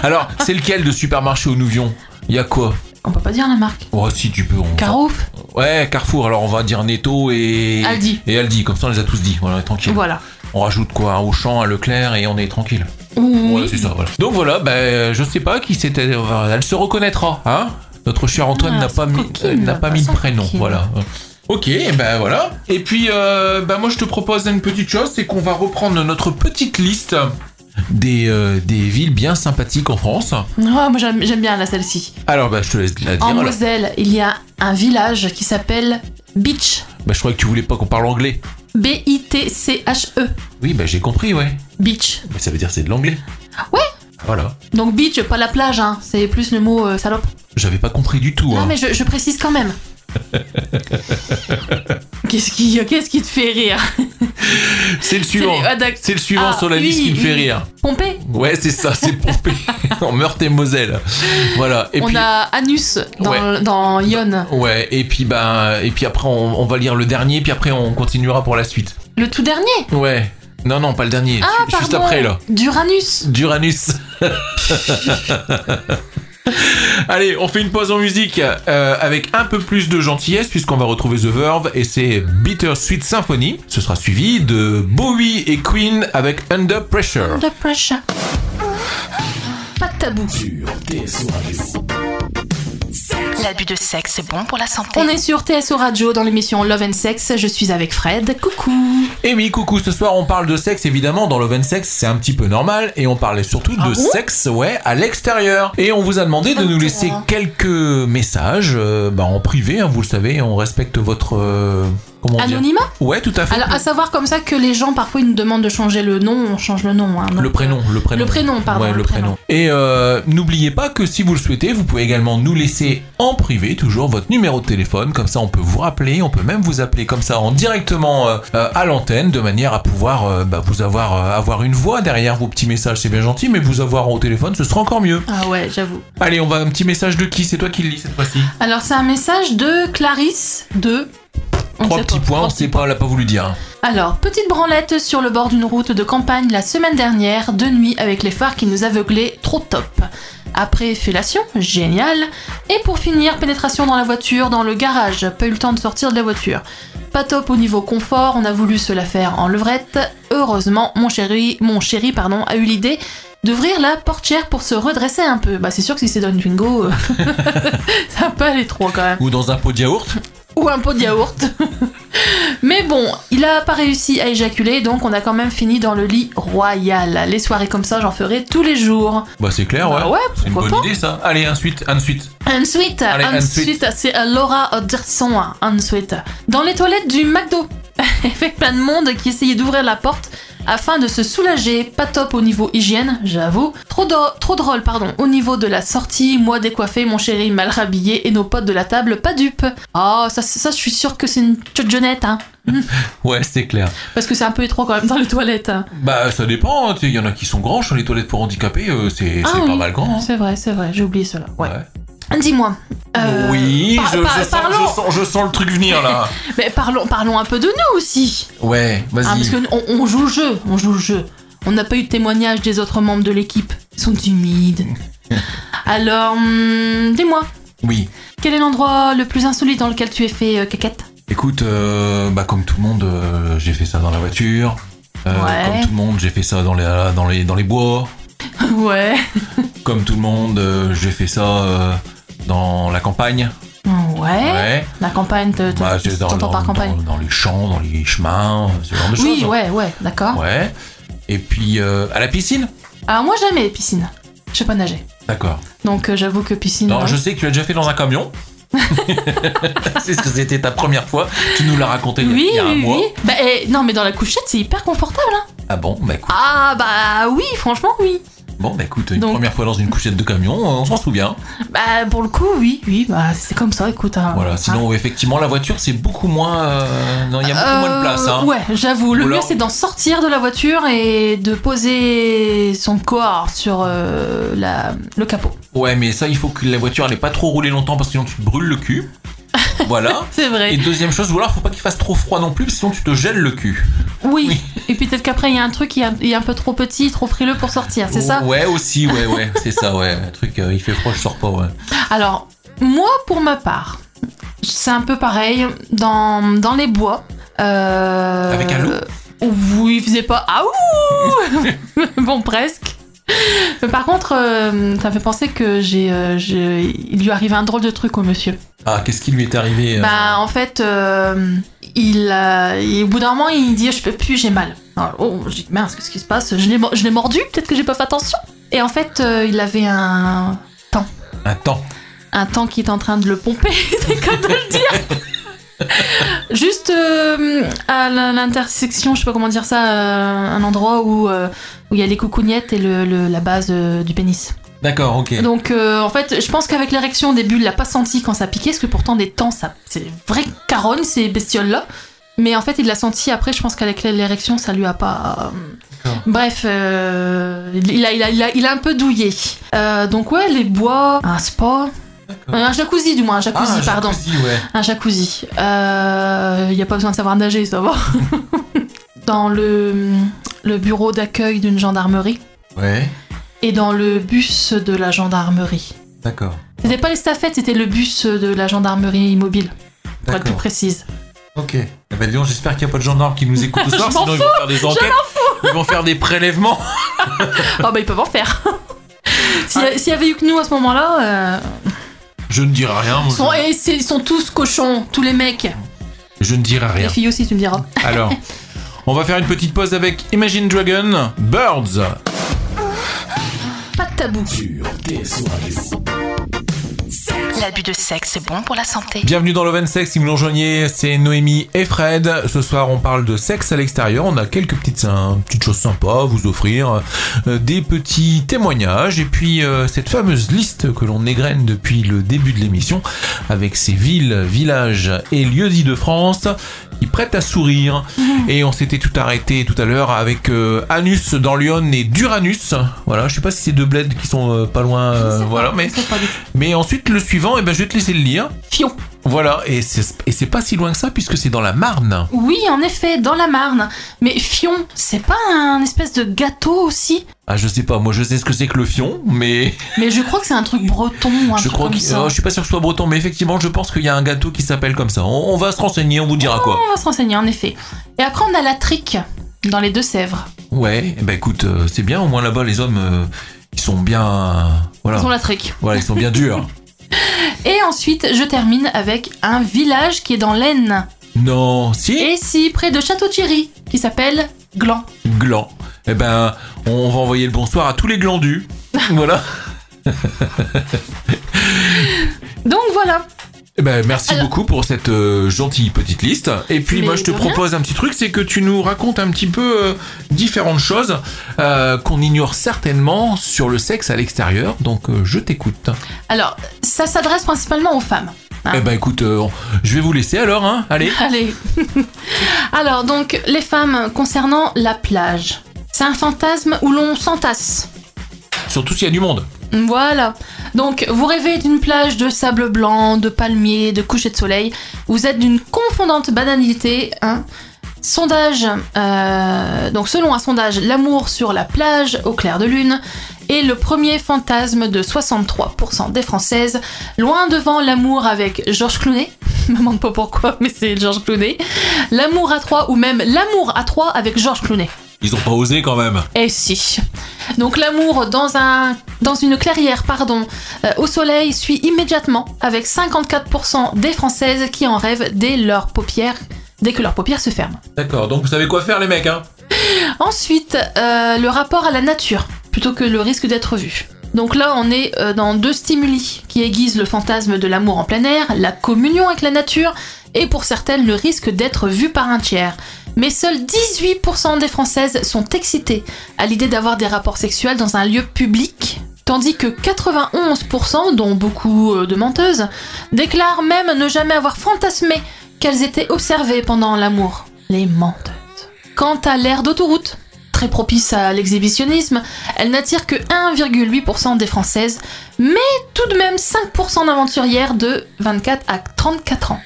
Alors, c'est lequel de supermarché au Nouvion Il y a quoi On peut pas dire la marque. Oh, si tu peux. On... Carouf, Ouais, Carrefour. Alors, on va dire Netto et. Aldi. Et Aldi, comme ça, on les a tous dit. Voilà, tranquille. voilà. On rajoute quoi Un Auchan, un Leclerc et on est tranquille. Ouais, Oui. c'est ça, voilà. Donc voilà, ben, je sais pas qui c'était. Enfin, Elle se reconnaîtra, hein Notre cher Antoine Ah, n'a pas, c'est mis- coquine, euh, n'a bah, pas mis de c'est prénom. coquine. Voilà. Ok, ben voilà. Et puis, euh, ben moi, je te propose une petite chose c'est qu'on va reprendre notre petite liste des, euh, des villes bien sympathiques en France. Oh, moi j'aime j'aime bien la celle-ci. Alors, bah, je te laisse la dire. En alors. Moselle, il y a un village qui s'appelle Beach. Bah, je croyais que tu voulais pas qu'on parle anglais. B-I-T-C-H-E. Oui, bah, j'ai compris, ouais. E. Beach. Mais ça veut dire que c'est de l'anglais. Ouais. Voilà. Donc beach, pas la plage, hein. c'est plus le mot euh, salope. J'avais pas compris du tout. Non hein. mais je, je précise quand même. Qu'est-ce qui, qu'est-ce qui te fait rire C'est le suivant. C'est- ah, d'ac- C'est le suivant Ah, sur la oui, liste qui me fait oui. rire. Pompée Ouais, c'est ça, c'est pompé. en Meurthe et Moselle. Voilà. Et On puis. a Anus dans, Ouais. dans Yonne. Ouais, et puis, bah, et puis après, on, on va lire le dernier, puis après, on continuera pour la suite. Le tout dernier Ouais. Non, non, pas le dernier. Ah, Ju- pardon Juste après, là. D'Uranus d'Uranus. Allez, on fait une pause en musique euh, avec un peu plus de gentillesse puisqu'on va retrouver The Verve et c'est Bitter Sweet Symphony. Ce sera suivi de Bowie et Queen avec Under Pressure. The pressure. Pas de tabou. sur tes soirées. L'abus de sexe, c'est bon pour la santé. On est sur TSO Radio dans l'émission Love and Sex. Je suis avec Fred. Coucou. Et oui, coucou, ce soir on parle de sexe évidemment, dans Love and Sex c'est un petit peu normal et on parlait surtout de sexe, ouais, à l'extérieur. Et on vous a demandé de nous laisser quelques messages, euh, bah, en privé, hein, vous le savez, on respecte votre... euh, comment dire Anonymat Ouais, tout à fait. Alors, ah, à savoir comme ça que les gens parfois ils nous demandent de changer le nom, on change le nom. hein, donc, Le prénom, le prénom. Le prénom, pardon, Ouais, le, le prénom. prénom. Et euh, n'oubliez pas que si vous le souhaitez, vous pouvez également nous laisser en privé toujours votre numéro de téléphone. Comme ça, on peut vous rappeler, on peut même vous appeler comme ça en directement euh, euh, à l'antenne, de manière à pouvoir euh, bah, vous avoir euh, avoir une voix derrière vos petits messages. C'est bien gentil, mais vous avoir au téléphone, ce sera encore mieux. Ah ouais, j'avoue. Allez, on va un petit message de qui C'est toi qui le lis cette fois-ci. Alors, c'est un message de Clarisse de. on Trois sait petits pas. points, on Trois sait pas, on l'a pas voulu dire. hein. Alors, petite branlette sur le bord d'une route de campagne la semaine dernière, de nuit avec les phares qui nous aveuglaient, trop top. Après fellation, génial. Et pour finir, pénétration dans la voiture, dans le garage, pas eu le temps de sortir de la voiture. Pas top au niveau confort, on a voulu se la faire en levrette. Heureusement, mon chéri, mon chéri pardon, a eu l'idée d'ouvrir la portière pour se redresser un peu. Bah c'est sûr que si c'est Don Bingo, ça va pas aller trop quand même Ou dans un pot de yaourt. ou un pot de yaourt. Mais bon, il a pas réussi à éjaculer, donc on a quand même fini dans le lit royal. Les soirées comme ça, j'en ferai tous les jours. Bah c'est clair, ouais. Bah ouais, c'est une pourquoi bonne pas idée ça. Allez, ensuite, ensuite. Ensuite, Allez, ensuite. ensuite, c'est euh, Laura Anderson. hein, Ensuite, dans les toilettes du McDo, avec plein de monde qui essayait d'ouvrir la porte afin de se soulager. Pas top au niveau hygiène, j'avoue. Trop, do- trop drôle, pardon. Au niveau de la sortie, moi décoiffé, mon chéri mal rhabillé et nos potes de la table pas dupes. Oh, ça, ça je suis sûre que c'est une tchotchonette, hein. Ouais, c'est clair. Parce que c'est un peu étroit quand même dans les toilettes. hein. Bah ça dépend, hein, tu sais, il y en a qui sont grands, sur les toilettes pour handicapés, euh, c'est Ah c'est pas oui. mal grand. hein. C'est vrai, c'est vrai, j'ai oublié cela. Ouais. Ouais. Dis-moi. euh, oui, par- je, par- je sens, parlons, je sens- je sens le truc venir là. mais parlons, parlons un peu de nous aussi. ouais, vas-y. Ah, parce que on, on joue le jeu, on joue le jeu. On n'a pas eu de témoignage des autres membres de l'équipe. Ils sont timides. Alors, hum, dis-moi, Oui, quel est l'endroit le plus insolite dans lequel tu es fait euh, caquette écoute, euh, bah comme tout le monde, euh, j'ai fait ça dans la voiture. Euh, Ouais. Comme tout le monde, j'ai fait ça dans les, dans les, dans les bois. Ouais. comme tout le monde, euh, j'ai fait ça euh, dans la campagne. Ouais. Ouais. La campagne, te- te- Bah, c'est dans, Eh, euh, t'entends dans- par campagne. dans- dans les champs, dans les chemins, ce genre de oui, choses. ouais, ouais, d'accord. Ouais. Et puis euh, à la piscine Alors moi jamais piscine. Je sais pas nager. D'accord. Donc euh, j'avoue que piscine. Non, ouais. je sais que tu l'as déjà fait dans un camion. c'est ce que c'était ta première fois. Tu nous l'as raconté il y a- Oui, il y a un oui, mois. oui. Bah, eh, non, mais dans la couchette, c'est hyper confortable. Hein. Ah bon Bah écoute, Ah bah oui, franchement oui. bon, bah, écoute une Donc- première fois dans une couchette de camion, on s'en souvient. Bah pour le coup, oui, oui, bah c'est comme ça, écoute. hein. Voilà. Sinon, effectivement, la voiture, c'est beaucoup moins. euh, non, il y a beaucoup Euh, moins de place. Hein. Ouais, j'avoue. Le Ou alors- mieux, c'est d'en sortir de la voiture et de poser son corps sur euh, la, le capot. Ouais, mais ça, il faut que la voiture elle ait pas trop roulé longtemps parce que sinon tu te brûles le cul. voilà. C'est vrai. Et deuxième chose, ou alors faut pas qu'il fasse trop froid non plus, sinon tu te gèles le cul. Oui. Oui. Et puis peut-être qu'après, il y a un truc qui est un, il est un peu trop petit, trop frileux pour sortir, c'est ça Ouais, aussi, ouais, ouais, c'est ça, ouais. Un truc, euh, il fait froid, je sors pas, ouais. Alors, moi, pour ma part, c'est un peu pareil. Dans, dans les bois. euh, Avec un loup Où il faisait pas. Ah ouh Bon, presque. Mais Par contre, euh, ça me fait penser que j'ai, euh, j'ai- il lui arrivait un drôle de truc au monsieur. Ah, qu'est-ce qui lui est arrivé euh, Bah en fait, euh, il, euh, il- au bout d'un moment, il dit je peux plus, j'ai mal. Alors, oh, j'ai dit mince, qu'est-ce qui se passe Je l'ai mo- je l'ai mordu, peut-être que j'ai pas fait attention. Et en fait, euh, il avait un Un temps. un temps qui est en train de le pomper, c'est comme de le dire. Juste euh, à l'in- l'intersection, je sais pas comment dire ça, euh, un endroit où euh, où il y a les coucougnettes et le, le- la base euh, du pénis. D'accord, ok. Donc euh, en fait, je pense qu'avec l'érection au début, il l'a pas senti quand ça piquait, parce que pourtant des temps, ça, c'est vrai carogne ces bestioles là. Mais en fait, il l'a senti après. Je pense qu'avec l'érection, ça lui a pas. euh, D'accord. Bref, euh, il, a, il, a, il, a, il a un peu douillé. Euh, donc ouais, les bois, un spa, D'accord. un jacuzzi du moins, un Ah, jacuzzi, un pardon, jacuzzi, ouais. un jacuzzi. Il n'y a pas besoin de savoir nager, ça va. Dans le, le bureau d'accueil d'une gendarmerie Ouais, et dans le bus de la gendarmerie. d'accord. C'était pas l'estafette, c'était le bus de la gendarmerie immobile, pour être plus D'accord. précise. Ok. Eh ben, dis donc, j'espère qu'il n'y a pas de gendarmes qui nous écoutent ce soir, Je m'en sinon ils vont faire des enquêtes. Ils vont faire des prélèvements. Ah bah ils peuvent en faire S'il y, Ah. a- s'il y avait eu que nous à ce moment-là, euh, Je ne dirai rien, ils, sont, moi. et c'est- ils sont tous cochons, tous les mecs. Je, je ne dirai rien. Les filles aussi, tu me diras. Alors, on va faire une petite pause avec Imagine Dragon, Birds. Pas de tabou. sur tes soirées. L'abus de sexe, c'est bon pour la santé. Bienvenue dans Love and Sex, si vous nous rejoignez, c'est Noémie et Fred. Ce soir, on parle de sexe à l'extérieur. On a quelques petites, hein, petites choses sympas à vous offrir, euh, des petits témoignages, et puis euh, cette fameuse liste que l'on égrène depuis le début de l'émission, avec ces villes, villages et lieux dits de France qui prêtent à sourire. Et on s'était tout arrêté tout à l'heure avec euh, Anus dans Lyon et Duranus. Voilà, je sais pas si c'est deux bleds qui sont euh, pas loin, euh, voilà, mais... C'est pas du tout. Mais ensuite, le suivant, eh ben, je vais te laisser le lire. Fion. Voilà, et c'est et c'est pas si loin que ça, puisque c'est dans la Marne. Oui, en effet, dans la Marne. Mais Fion, c'est pas un espèce de gâteau aussi Ah, je sais pas, moi je sais ce que c'est que le fion, mais Mais je crois que c'est un truc breton ou un je truc crois comme que. ça. oh, je suis pas sûr que ce soit breton, mais effectivement, je pense qu'il y a un gâteau qui s'appelle comme ça. On, on va se renseigner, on vous dira quoi. On va se renseigner, en effet. Et après, on a la trique dans les Deux-Sèvres. Ouais, eh ben écoute, euh, c'est bien, au moins là-bas, les hommes, euh, ils sont bien. voilà. Ils ont la trique. Voilà, ils sont bien durs. Et ensuite, je termine avec un village qui est dans l'Aisne. Non, si, Et si, près de Château-Thierry, qui s'appelle Gland. gland. Eh ben, on va envoyer le bonsoir à tous les glandus. voilà. Donc voilà. Eh ben, merci Alors- beaucoup pour cette euh, gentille petite liste. Et puis Mais moi je te de rien. propose un petit truc, c'est que tu nous racontes un petit peu euh, différentes choses euh, qu'on ignore certainement sur le sexe à l'extérieur. Donc euh, je t'écoute. Ah. Alors, ça s'adresse principalement aux femmes. Ah. Eh ben écoute, euh, je vais vous laisser alors. Hein. Allez. Allez. Alors, donc, les femmes concernant la plage. C'est un fantasme où l'on s'entasse. Surtout s'il y a du monde. Voilà. Donc, vous rêvez d'une plage de sable blanc, de palmiers, de coucher de soleil. Vous êtes d'une confondante banalité. hein. Sondage. euh, donc, selon un sondage, l'amour sur la plage au clair de lune est le premier fantasme de 63% des Françaises, loin devant l'amour avec Georges Clooney. Je me demande pas pourquoi, mais c'est Georges Clooney. L'amour à trois ou même l'amour à trois avec Georges Clooney. Ils ont pas osé quand même. Et Eh si. Donc l'amour dans, un, dans une clairière pardon, euh, au soleil suit immédiatement avec 54% des Françaises qui en rêvent dès, leurs paupières, dès que leurs paupières se ferment. D'accord, donc vous savez quoi faire les mecs, hein Ensuite, euh, le rapport à la nature, plutôt que le risque d'être vu. Donc là, on est euh, dans deux stimuli qui aiguisent le fantasme de l'amour en plein air, la communion avec la nature, et pour certaines, le risque d'être vu par un tiers. Mais seuls 18% des Françaises sont excitées à l'idée d'avoir des rapports sexuels dans un lieu public, tandis que 91%, dont beaucoup euh, de menteuses, déclarent même ne jamais avoir fantasmé qu'elles étaient observées pendant l'amour. Les menteuses. Quant à l'ère d'autoroute, très propice à l'exhibitionnisme, elle n'attire que 1,8% des Françaises, mais tout de même 5% d'aventurières de 24 à 34 ans.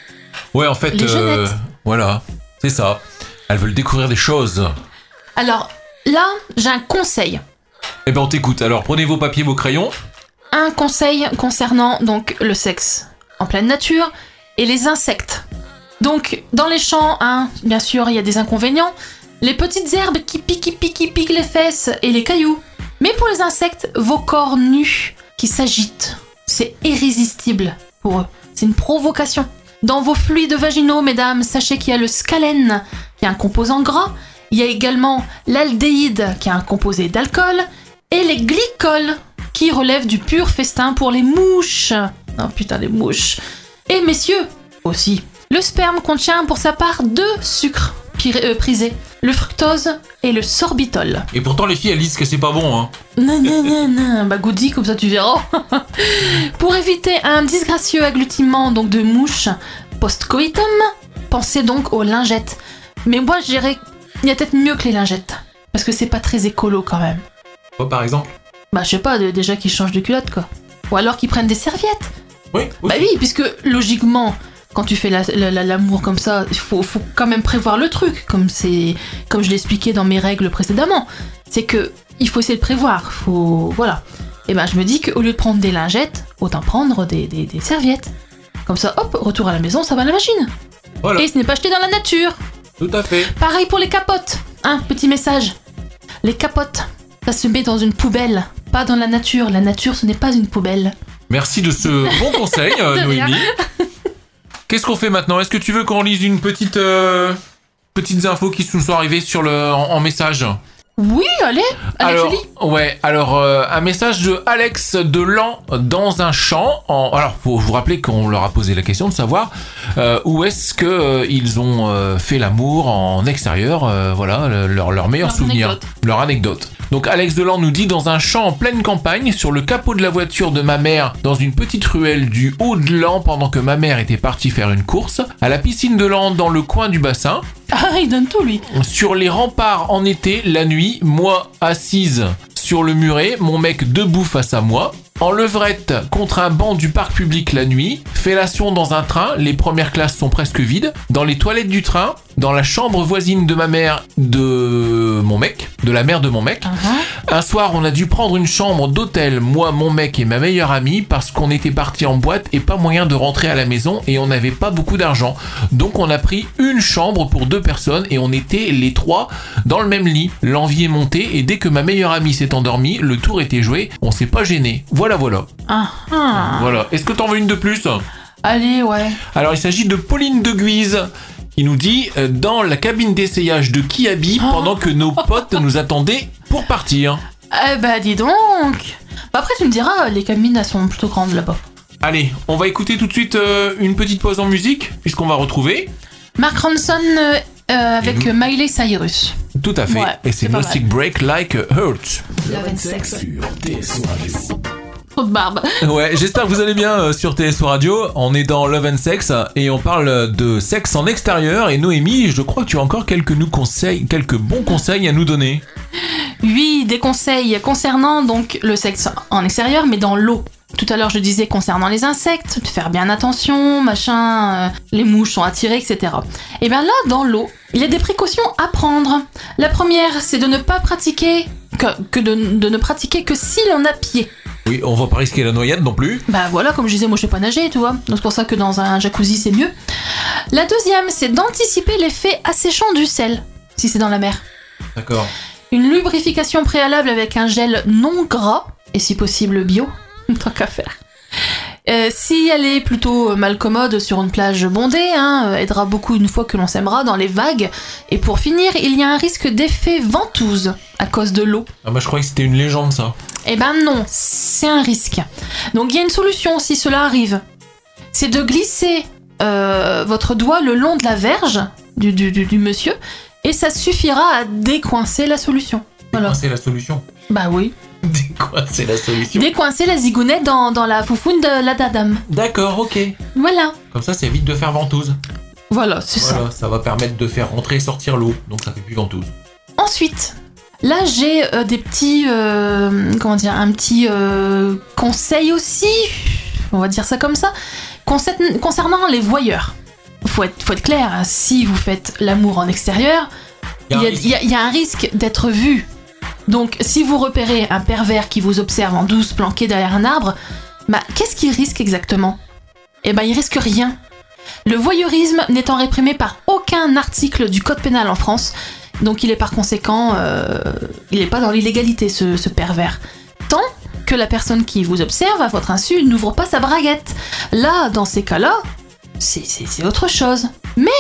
Ouais, en fait, euh, Les jeunettes. voilà, c'est ça. Elles veulent découvrir des choses. Alors là, j'ai un conseil. Eh ben on t'écoute, alors prenez vos papiers, vos crayons. Un conseil concernant donc le sexe en pleine nature et les insectes. Donc dans les champs, hein, bien sûr, il y a des inconvénients. Les petites herbes qui piquent, qui piquent, qui piquent les fesses et les cailloux. Mais pour les insectes, vos corps nus qui s'agitent, c'est irrésistible pour eux. C'est une provocation. Dans vos fluides vaginaux, mesdames, sachez qu'il y a le scalène, qui est un composant gras. Il y a également l'aldéhyde, qui est un composé d'alcool. Et les glycols, qui relèvent du pur festin pour les mouches. Oh putain, les mouches. Et messieurs, aussi. Le sperme contient pour sa part deux sucres pir- euh, prisés, le fructose et le sorbitol. Et pourtant les filles elles disent que c'est pas bon, hein. Nan, nan, nan, nan. bah goody, comme ça tu verras. Pour éviter un disgracieux agglutinement donc de mouches post-coitum, pensez donc aux lingettes. Mais moi je dirais, il y a peut-être mieux que les lingettes. Parce que c'est pas très écolo quand même. Quoi par exemple Bah je sais pas, de- déjà qu'ils changent de culotte quoi. Ou alors qu'ils prennent des serviettes. Oui, oui. Bah oui, puisque logiquement, quand tu fais la- la- la- l'amour comme ça, il faut, faut quand même prévoir le truc, comme c'est, comme je l'expliquais dans mes règles précédemment. C'est que il faut essayer de prévoir, faut, voilà. Et ben je me dis qu'au lieu de prendre des lingettes, autant prendre des, des- des serviettes. Comme ça, hop, retour à la maison, ça va à la machine. Voilà. Et ce n'est pas jeté dans la nature. Tout à fait. Pareil pour les capotes. Un petit message. Les capotes, ça se met dans une poubelle, pas dans la nature. La nature, ce n'est pas une poubelle. Merci de ce bon conseil, euh, De rien. Noémie. Qu'est-ce qu'on fait maintenant Est-ce que tu veux qu'on lise une petite euh, petites infos qui nous sont arrivées sur le en, en message Oui, allez, allez, alors, Julie. Ouais, alors euh, un message de Alex de Lan dans un champ. En... Alors, faut vous rappeler qu'on leur a posé la question de savoir euh, où est-ce que euh, ils ont euh, fait l'amour en extérieur. euh, voilà, le- leur, leur meilleur Leur souvenir, anecdote. leur anecdote. Donc Alex Delan nous dit dans un champ en pleine campagne, sur le capot de la voiture de ma mère, dans une petite ruelle du haut de l'an pendant que ma mère était partie faire une course, à la piscine de l'an dans le coin du bassin, Ah, il donne tout, lui. sur les remparts en été, la nuit, moi assise sur le muret, mon mec debout face à moi. En levrette contre un banc du parc public la nuit, fellation dans un train, les premières classes sont presque vides, dans les toilettes du train, dans la chambre voisine de ma mère, de mon mec, de la mère de mon mec. Un soir, on a dû prendre une chambre d'hôtel, moi, mon mec et ma meilleure amie, parce qu'on était parti en boîte et pas moyen de rentrer à la maison et on n'avait pas beaucoup d'argent. Donc on a pris une chambre pour deux personnes et on était les trois dans le même lit. L'envie est montée et dès que ma meilleure amie s'est endormie, le tour était joué, on s'est pas gêné. Voilà, voilà. Ah, ah. Voilà. Est-ce que t'en veux une de plus Allez, ouais. Alors il s'agit de Pauline de Guise. qui nous dit euh, dans la cabine d'essayage de Kiabi pendant que nos potes nous attendaient pour partir. Eh bah, dis donc. Bah, après, tu me diras, les cabines, elles sont plutôt grandes là-bas. Allez, on va écouter tout de suite euh, une petite pause en musique, puisqu'on va retrouver. Mark Ronson euh, euh, avec Et- Miley Cyrus. Tout à fait. Ouais, Et c'est c'est pas Mystic Break Like a Hurt. Love and Sex. sur tes soirées. Trop de Oh, barbe. Ouais, j'espère que vous allez bien euh, sur TSO Radio. On est dans Love and Sex et on parle de sexe en extérieur. Et Noémie, je crois que tu as encore quelques, nous conseils, quelques bons conseils à nous donner. Oui, des conseils concernant donc le sexe en extérieur, mais dans l'eau. Tout à l'heure, je disais concernant les insectes, de faire bien attention, machin, euh, les mouches sont attirées, etc. Et Eh bien là, dans l'eau, il y a des précautions à prendre. La première, c'est de ne pas pratiquer que, que de, de ne pratiquer que si l'on a pied. Oui, on va pas risquer la noyade non plus. Bah voilà, comme je disais, moi je sais pas nager, tu vois. Donc c'est pour ça que dans un jacuzzi c'est mieux. La deuxième, c'est d'anticiper l'effet asséchant du sel, si c'est dans la mer. D'accord. Une lubrification préalable avec un gel non gras, et si possible bio, tant qu'à faire. Euh, si elle est plutôt euh, mal commode sur une plage bondée, hein, euh, aidera beaucoup une fois que l'on s'aimera dans les vagues. Et pour finir, il y a un risque d'effet ventouse à cause de l'eau. Ah, moi, je croyais que c'était une légende, ça. Eh ben non, c'est un risque. Donc il y a une solution si cela arrive. C'est de glisser euh, votre doigt le long de la verge du, du- du- du monsieur et ça suffira à décoincer la solution. Voilà. C'est la solution. Bah oui. Quoi, c'est la solution Décoincer la zigounette dans, dans la foufoune de la dadame. D'accord, ok. Voilà. Comme ça, c'est vite de faire ventouse. Voilà, c'est ça. Voilà, ça va permettre de faire rentrer et sortir l'eau, donc ça fait plus ventouse. Ensuite, là j'ai euh, des petits, euh, comment dire, un petit euh, conseil aussi, on va dire ça comme ça, concern- concernant les voyeurs. Faut être, faut être clair, hein, si vous faites l'amour en extérieur, il un y a- risque. il y, a- il y a un risque d'être vu. Donc si vous repérez un pervers qui vous observe en douce planqué derrière un arbre, bah, qu'est-ce qu'il risque exactement Eh ben il risque rien. Le voyeurisme n'étant réprimé par aucun article du Code pénal en France, donc il est par conséquent, euh, il n'est pas dans l'illégalité ce, ce pervers. Tant que la personne qui vous observe à votre insu n'ouvre pas sa braguette. Là, dans ces cas-là, c'est- c'est c'est autre chose. Mais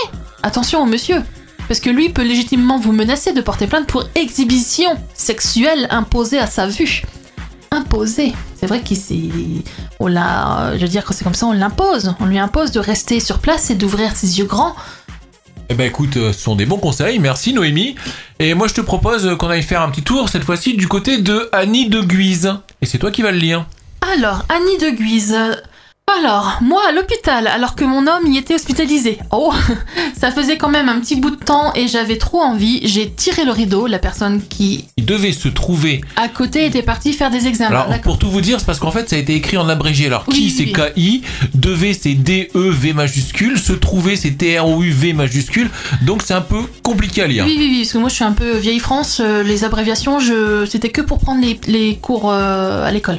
attention au monsieur, parce que lui peut légitimement vous menacer de porter plainte pour exhibition sexuelle imposée à sa vue. Imposée. C'est vrai qu'il s'est- on l'a, je veux dire que c'est comme ça, on l'impose. On lui impose de rester sur place et d'ouvrir ses yeux grands Eh ben écoute, euh, ce sont des bons conseils, merci Noémie. Et moi je te propose euh, qu'on aille faire un petit tour cette fois-ci du côté de Annie de Guise. Et c'est toi qui vas le lire. Alors, Annie de Guise. Alors, moi à l'hôpital, alors que mon homme y était hospitalisé. Oh, ça faisait quand même un petit bout de temps et j'avais trop envie. J'ai tiré le rideau. La personne qui Il devait se trouver. à côté était partie faire des examens. Alors Ah, D'accord. pour tout vous dire, c'est parce qu'en fait ça a été écrit en abrégé. Alors Oui, qui oui, c'est oui. KI, devait c'est D-E-V majuscule, se trouver c'est T-R-O-U-V majuscule. Donc c'est un peu compliqué à lire. Oui, oui, oui, parce que moi je suis un peu vieille France. euh, les abréviations, je... c'était que pour prendre les, les cours euh, à l'école.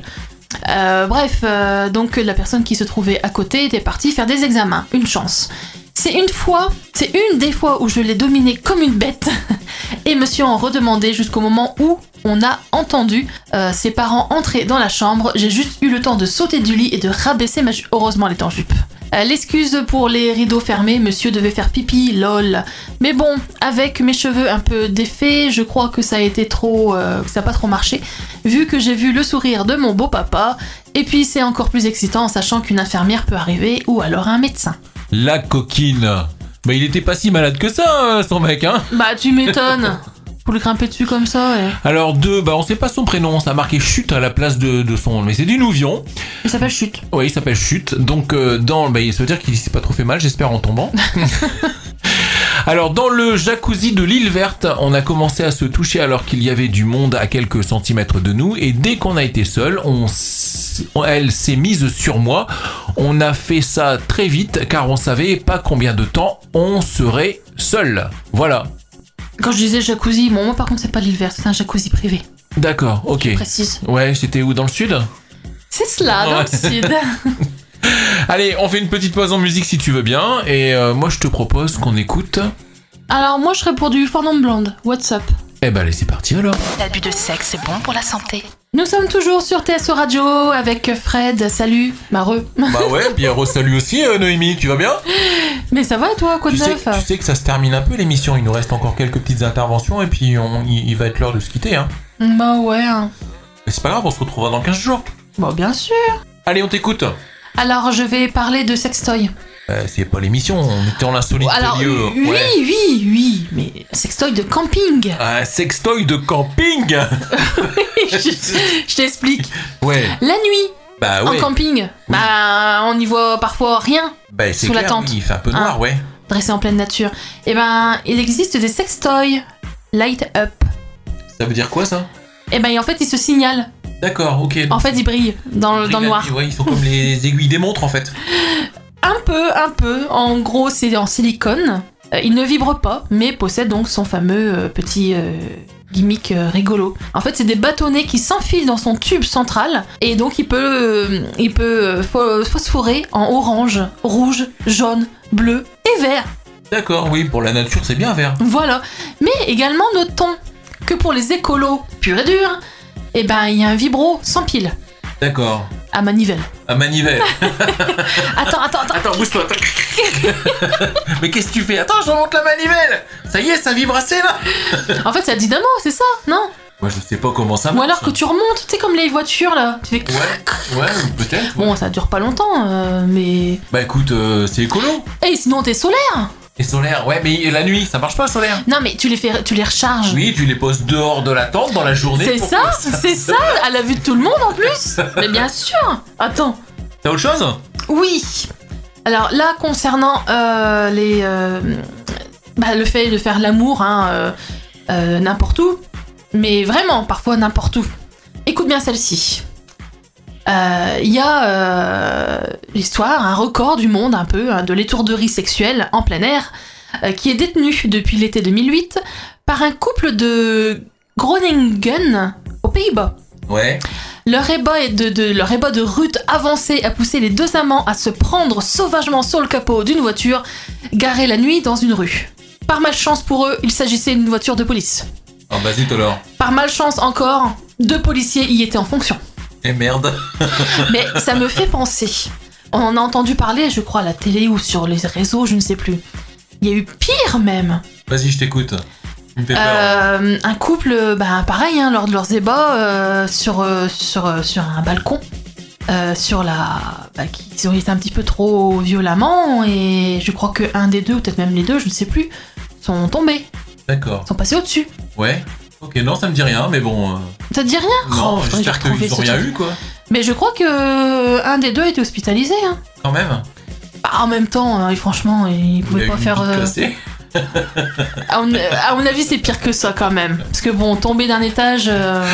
Euh, bref, euh, donc la personne qui se trouvait à côté était partie faire des examens. Une chance. C'est une fois, c'est une des fois où je l'ai dominé comme une bête et me suis en redemandé jusqu'au moment où on a entendu euh, ses parents entrer dans la chambre. J'ai juste eu le temps de sauter du lit et de rabaisser ma jupe. Heureusement, elle était en jupe. Euh, L'excuse pour les rideaux fermés, monsieur devait faire pipi, lol. Mais bon, avec mes cheveux un peu défaits, je crois que ça a été trop. euh, que ça n'a pas trop marché, vu que j'ai vu le sourire de mon beau papa. Et puis c'est encore plus excitant en sachant qu'une infirmière peut arriver ou alors un médecin. La coquine. Bah il était pas si malade que ça, euh, son mec, hein. Bah tu m'étonnes Pour le grimper dessus comme ça, ouais. Alors deux, bah on sait pas son prénom, ça a marqué chute à la place de, de son, mais c'est du Nouvion. Il s'appelle chute. Oui, il s'appelle Chute. Donc, euh, dans, bah, ça veut dire qu'il s'est pas trop fait mal, j'espère, en tombant. Alors, dans le jacuzzi de l'île verte, on a commencé à se toucher alors qu'il y avait du monde à quelques centimètres de nous. Et dès qu'on a été seul, on s- elle s'est mise sur moi. On a fait ça très vite car on savait pas combien de temps on serait seul. Voilà. Quand je disais jacuzzi, bon moi par contre c'est pas l'île verte, c'est un jacuzzi privé, D'accord, ok. précise. Ouais, c'était où Dans le sud C'est cela dans le sud. Allez, on fait une petite pause en musique si tu veux bien. Et euh, moi, je te propose qu'on écoute. Alors moi je serais pour du Fernand Blonde, what's up Eh ben, allez, c'est parti alors. L'abus de sexe est bon pour la santé. Nous sommes toujours sur TSO Radio avec Fred, salut, mareux. Bah ouais, bien re-salut aussi euh, Noémie, tu vas bien Mais ça va toi, quoi tu de sais, neuf tu sais que ça se termine un peu l'émission, il nous reste encore quelques petites interventions et puis on- il, il va être l'heure de se quitter. Hein. Bah ouais. hein. Mais c'est pas grave, on se retrouvera dans 15 jours. Bon, bien sûr. Allez, on t'écoute Alors, je vais parler de sextoy. Euh, C'est pas l'émission, on était en insolite Oh, Alors, lieu. oui, oui, oui, mais sextoy de camping. Un sextoy de camping je je t'explique. Ouais, La nuit, bah en ouais, camping, bah, on n'y voit parfois rien bah, c'est sous la clair, tente. oui, il fait un peu Hein. noir, ouais. dressé en pleine nature. Eh ben, il existe des sextoys light up. Ça veut dire quoi ça Eh ben, et en fait, ils se signalent. D'accord, ok. En fait, ils brillent dans, le- dans le noir. Ouais, ils sont comme les aiguilles des montres en fait. Un peu, un peu. En gros, c'est en silicone. Euh, il ne vibre pas, mais possède donc son fameux euh, petit euh, gimmick euh, rigolo. En fait, c'est des bâtonnets qui s'enfilent dans son tube central et donc il peut, euh, il peut euh, pho- phosphorer en orange, rouge, jaune, bleu et vert. D'accord, oui, pour la nature c'est bien vert. Voilà. Mais également notons que pour les écolos purs et durs, eh ben, il y a un vibro sans pile D'accord. à manivelle. À manivelle. Attends, attends, attends. Attends, bouge-toi. attends. Mais qu'est-ce que tu fais Attends, je remonte la manivelle. Ça y est, ça vibre assez là. En fait, ça dit dynamo, c'est ça, non Moi, je sais pas comment Ah ça Ou marche. alors que tu remontes, tu sais, comme les voitures là. Tu fais. Ouais, ouais, peut-être. ouais. Bon, ça dure pas longtemps, euh, mais. Bah écoute, euh, c'est écolo. Et sinon, t'es solaire Et solaire, ouais, mais la nuit, ça marche pas solaire. Non, mais tu les, fais, tu les recharges. Oui, tu les poses dehors de la tente dans la journée. Ah. C'est pour ça, que c'est ça, à la vue de tout le monde en plus. Mais bien sûr. Attends. T'as autre chose Oui. Alors là, concernant euh, les, euh, bah, le fait de faire l'amour hein, euh, euh, n'importe où, mais vraiment parfois n'importe où. Écoute bien celle-ci. Euh, Il y a euh, l'histoire, un record du monde un peu, hein, de l'étourderie sexuelle en plein air, euh, qui est détenu depuis l'été 2008 par un couple de Groningen aux Pays-Bas. Ouais. Leur ébat est de, de- leur ébat de rute avancée a poussé les deux amants à se prendre sauvagement sur le capot d'une voiture garée la nuit dans une rue. Par malchance pour eux, il s'agissait d'une voiture de police. Oh bah zut alors. Par malchance encore, deux policiers y étaient en fonction. Eh merde. Mais ça me fait penser. On en a entendu parler, je crois, à la télé ou sur les réseaux, je ne sais plus. Il y a eu pire même. Vas-y, je t'écoute. Tu me fais peur. Euh, un couple, bah, pareil, hein, lors de leurs ébats, euh, sur, euh, sur, euh, sur un balcon, euh, sur la. Bah, ils ont été un petit peu trop violemment, et je crois que un des deux, ou peut-être même les deux, je ne sais plus, sont tombés, D'accord. sont passés au-dessus. Ouais. Ok, non, ça me dit rien, mais bon. euh, Ça te dit rien Oh, non, faudrait j'espère retrouver qu'ils ont ce rien truc. eu, quoi. Mais je crois que euh, un des deux a été hospitalisé. hein. Quand même. Bah, en même temps, hein, et franchement, ils Il pouvaient a eu pas une faire. bite euh, cassée. hein. à, mon, à mon avis, c'est pire que ça quand même. Parce que bon, tomber d'un étage. euh,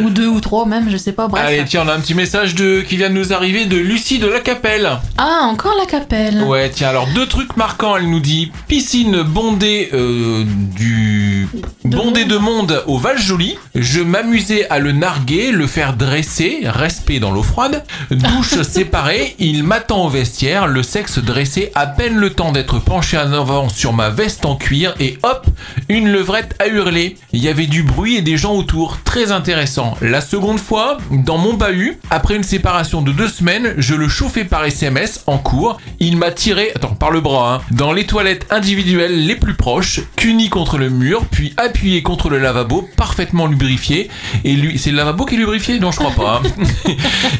Ou deux ou trois même, je sais pas, bref. Allez, tiens, on a un petit message de... qui vient de nous arriver de Lucie de la Capelle. Ah, encore la capelle. Ouais, tiens, alors deux trucs marquants, elle nous dit piscine bondée euh, du De bondée de monde au Val Joli. Je m'amusais à le narguer, le faire dresser, respect dans l'eau froide. Douche séparée, il m'attend au vestiaire, le sexe dressé, à peine le temps d'être penché en avant sur ma veste en cuir et hop, une levrette a hurlé. Il y avait du bruit et des gens autour, très intéressant. La seconde fois, dans mon bahut, après une séparation de deux semaines, je le chauffais par SMS en cours. Il m'a tiré, attends, par le bras, hein, dans les toilettes individuelles les plus proches, cuni contre le mur, puis appuyé contre le lavabo, parfaitement lubrifié. Et lui, c'est le lavabo qui est lubrifié Non, je crois pas. hein.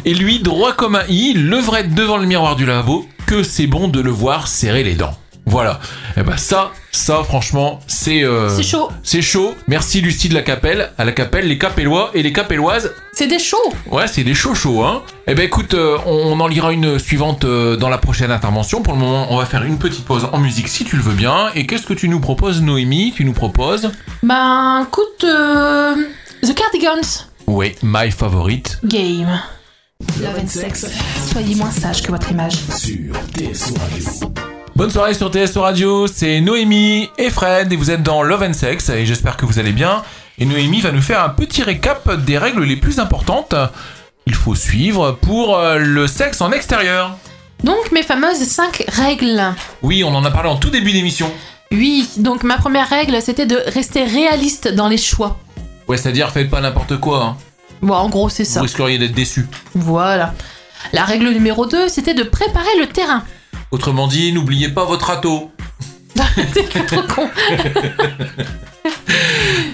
et lui, droit comme un i, levrette devant le miroir du lavabo, que c'est bon de le voir serrer les dents. Voilà. Et ben ça, ça, franchement, c'est. euh, C'est chaud. c'est chaud. Merci Lucie de la Capelle. À la Capelle, les Capellois et les Capelloises. C'est des chauds. Ouais, c'est des chauds chauds, hein. Eh ben écoute, euh, on en lira une suivante euh, dans la prochaine intervention. Pour le moment, on va faire une petite pause en musique si tu le veux bien. Et qu'est-ce que tu nous proposes, Noémie Tu nous proposes Ben, écoute, euh, The Cardigans Ouais, my favorite. Game. Love and sex. Soyez moins sage que votre image. sur tes soirées. Bonne soirée sur TSO Radio, c'est Noémie et Fred et vous êtes dans Love and Sex et j'espère que vous allez bien. Et Noémie va nous faire un petit récap des règles les plus importantes qu'il faut suivre pour euh, le sexe en extérieur. Donc, mes fameuses 5 règles. Oui, on en a parlé en tout début d'émission. Oui, donc ma première règle, c'était de rester réaliste dans les choix. Ouais, c'est-à-dire faites pas n'importe quoi, hein. Bon, en gros, c'est ça. vous risqueriez d'être déçu. Voilà. La règle numéro 2, c'était de préparer le terrain. Autrement dit, n'oubliez pas votre râteau. T'es trop con.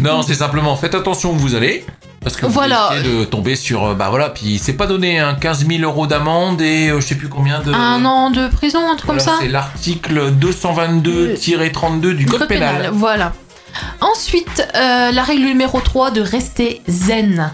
Non, c'est simplement faites attention où vous allez. Parce que vous Voilà. risquez de tomber sur. euh, Bah voilà, puis c'est pas donné, hein, 15 000 euros d'amende et euh, je sais plus combien de. Un an de prison, un truc comme Alors, ça. C'est l'article 222-32 du Le code, pénal. Voilà. Ensuite, euh, la règle numéro 3 de rester zen.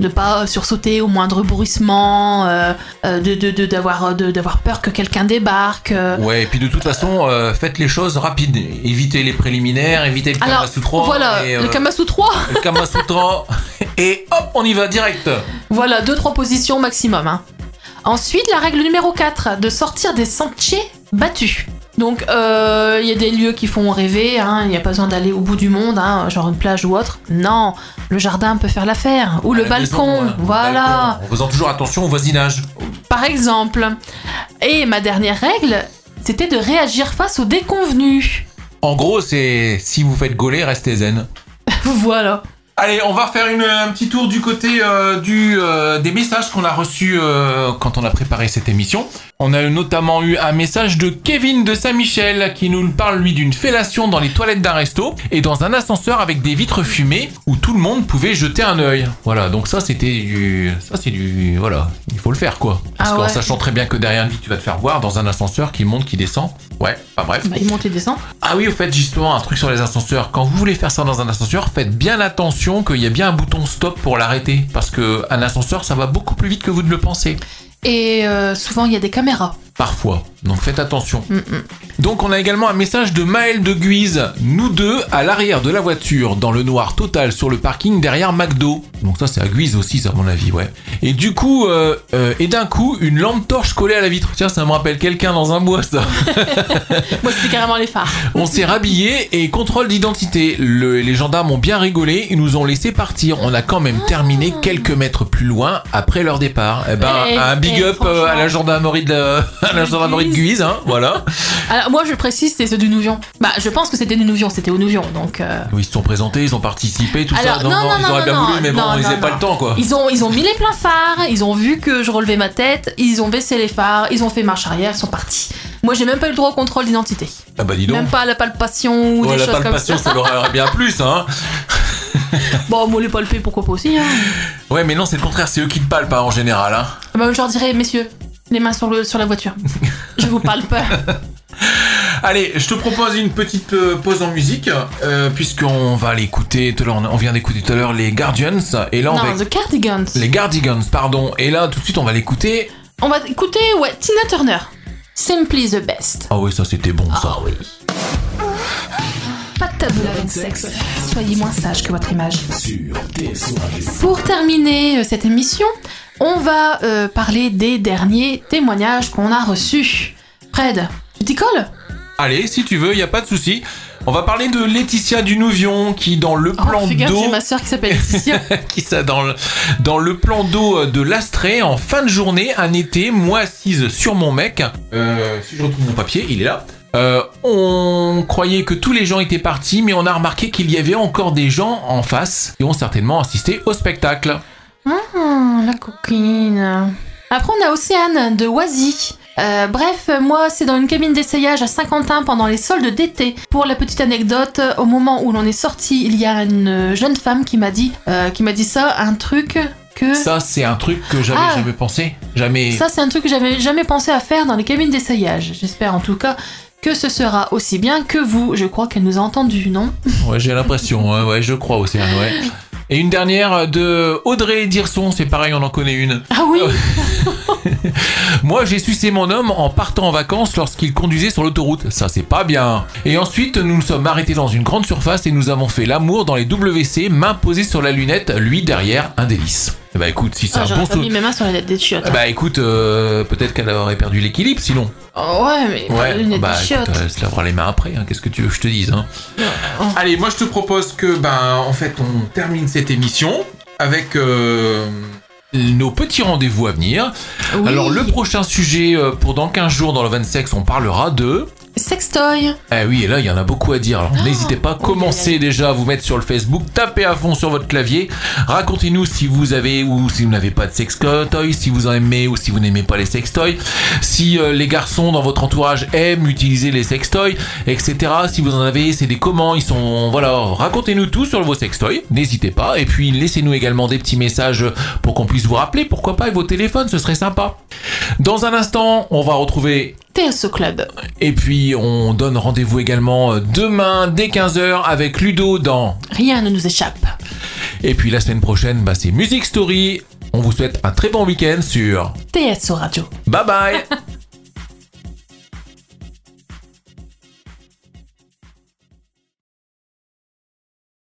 De pas euh, sursauter au moindre bruissement, euh, euh, de- de- de- d'avoir de, d'avoir peur que quelqu'un débarque. euh. Ouais, et puis de toute façon, euh, faites les choses rapides. Évitez les préliminaires, évitez le Alors, Kamasutra. voilà, et, euh, le Kamasu 3. le Kamasutra. et hop, on y va direct. voilà, 2-3 positions maximum. hein. Ensuite, la règle numéro 4, de sortir des sentiers battus. Donc, euh, il y a des lieux qui font rêver, hein, il n'y a pas besoin d'aller au bout du monde, hein, genre une plage ou autre. Non, le jardin peut faire l'affaire, ou le À la maison, balcon, hein, voilà. balcon, en faisant toujours attention au voisinage. par exemple. Et ma dernière règle, c'était de réagir face aux déconvenus. En gros, c'est si vous faites gauler, restez zen. voilà. Allez, on va faire une, un petit tour du côté euh, du, euh, des messages qu'on a reçus euh, quand on a préparé cette émission. On a eu notamment eu un message de Kevin de Saint-Michel qui nous parle, lui, d'une fellation dans les toilettes d'un resto et dans un ascenseur avec des vitres fumées où tout le monde pouvait jeter un œil. Voilà, donc ça, c'était du. Ça, c'est du. Voilà, il faut le faire, quoi. Parce Ah qu'en ouais. sachant très bien que derrière lui, tu vas te faire voir dans un ascenseur qui monte, qui descend. Ouais, pas bref. Bah, il monte et descend. Ah oui, au fait, justement, un truc sur les ascenseurs. Quand vous voulez faire ça dans un ascenseur, faites bien attention qu'il y a bien un bouton stop pour l'arrêter. Parce que un ascenseur, ça va beaucoup plus vite que vous ne le pensez. Et euh, souvent, il y a des caméras. Parfois. Donc faites attention. Mm, mm. Donc on a également un message de Maël de Guise. Nous deux à l'arrière de la voiture, dans le noir total sur le parking derrière McDo. Donc ça c'est à Guise aussi, ça à mon avis, ouais. Et du coup, euh, euh, et d'un coup, une lampe torche collée à la vitre. Tiens, ça me rappelle quelqu'un dans un bois, ça. Moi, c'était carrément les phares. On s'est rhabillé et contrôle d'identité. Le- les gendarmes ont bien rigolé, ils nous ont laissé partir. On a quand même Ah. terminé quelques mètres plus loin après leur départ. Eh ben, Eh, un big eh, up euh, à la franchement. gendarmerie de, la- à la gendarmerie de Guise, hein, voilà. Alors, moi, je précise, c'est ceux du Nouvion. Bah, je pense que c'était du Nouvion, c'était au Nouvion, donc... euh, Ils se sont présentés, ils ont participé, tout Alors, ça. Non, non, non, non, ils non, auraient bien non, voulu, mais bon, non, ils n'avaient non, pas non. le temps, quoi. Ils ont, ils ont mis les pleins phares, ils ont vu que je relevais ma tête, ils ont baissé les phares, ils ont fait marche arrière, ils sont partis. Moi, j'ai même pas eu le droit au contrôle d'identité. Ah bah dis donc. Même pas à la palpation ou Ouais, des la choses comme ça. palpation, ça leur aurait bien plus, hein. Bon, moi, les palper, pourquoi pas aussi. Hein. Ouais, mais non, c'est le contraire, c'est eux qui te palpent, hein, en général, hein. Ah bah, je leur dirais, messieurs, les mains sur, le, sur la voiture. je vous parle pas. Allez, je te propose une petite euh, pause en musique, euh, puisqu'on va aller écouter, tout à l'heure, on on vient d'écouter tout à l'heure les Guardians, et là on Non, va éc- The Cardigans. Les Guardigans, pardon, et là tout de suite on va l'écouter. On va écouter, ouais, Tina Turner. Simply the best. Ah oui, ça c'était bon ça. oui. Pas de tabou avec le sexe. Soyez moins sage que votre image. sur tes soirées Pour terminer euh, cette émission, on va euh, parler des derniers témoignages qu'on a reçus. Fred, tu t'y colles Oh, Allez, si tu veux, y a pas de souci. On va parler de Laetitia Dunouvion qui dans le Oh, plan fais gaffe, d'eau j'ai ma sœur qui s'appelle Laetitia. qui ça dans le, dans le plan d'eau euh, de l'Astrée en fin de journée, un été, moi assise sur mon mec. Euh, si je retrouve mon papier, il est là. Euh, on croyait que tous les gens étaient partis, mais on a remarqué qu'il y avait encore des gens en face qui ont certainement assisté au spectacle. Ah, la coquine. Après, on a Océane de Oisy. Euh, bref, moi, c'est dans une cabine d'essayage à Saint-Quentin pendant les soldes d'été. Pour la petite anecdote, au moment où l'on est sorti, il y a une jeune femme qui m'a dit, euh, qui m'a dit ça, un truc que Ça, c'est un truc que j'avais Ah. jamais pensé. Jamais. Ça, c'est un truc que j'avais jamais pensé à faire dans les cabines d'essayage. J'espère en tout cas que ce sera aussi bien que vous. Je crois qu'elle nous a entendu, non Ouais, j'ai l'impression, ouais, ouais, je crois aussi. hein, ouais. Et une dernière de Audrey Dirson, c'est pareil, on en connaît une. Ah oui Moi, j'ai sucé mon homme en partant en vacances lorsqu'il conduisait sur l'autoroute. Ça, c'est pas bien. Et ensuite, nous nous sommes arrêtés dans une grande surface et nous avons fait l'amour dans les WC, main posée sur la lunette, lui derrière, un délice. Eh Bah écoute, si c'est ah, un J'aurais bon pas mis sou- mes mains sur la tête des chiottes. Eh Bah écoute, euh, peut-être qu'elle aurait perdu l'équilibre sinon. Oh, ouais, mais pas les lunettes bah des écoute, chiottes. elle se lavera les mains après, hein, qu'est-ce que tu veux que je te dise hein. Allez, moi je te propose que, ben, en fait, on termine cette émission avec euh, nos petits rendez-vous à venir. Oui. euh, Alors, le prochain sujet euh, pour dans 15 jours dans le 26, on parlera de. Sextoy. Eh oui, et là, il y en a beaucoup à dire. Alors, n'hésitez pas, commencez déjà à vous mettre sur le Facebook, tapez à fond sur votre clavier, racontez-nous si vous avez ou si vous n'avez pas de sextoy, si vous en aimez ou si vous n'aimez pas les sextoys, si euh, les garçons dans votre entourage aiment utiliser les sextoys, etc. Si vous en avez, c'est des comment, ils sont... Voilà, racontez-nous tout sur vos sextoys, n'hésitez pas, et puis laissez-nous également des petits messages pour qu'on puisse vous rappeler, pourquoi pas, et vos téléphones, ce serait sympa. Dans un instant, on va retrouver TSO Club. et puis on donne rendez-vous également euh, demain dès 15h avec Ludo dans. Rien ne nous échappe. Et puis la semaine prochaine, bah, c'est Music Story. On vous souhaite un très bon week-end sur TSO Radio. Bye Bye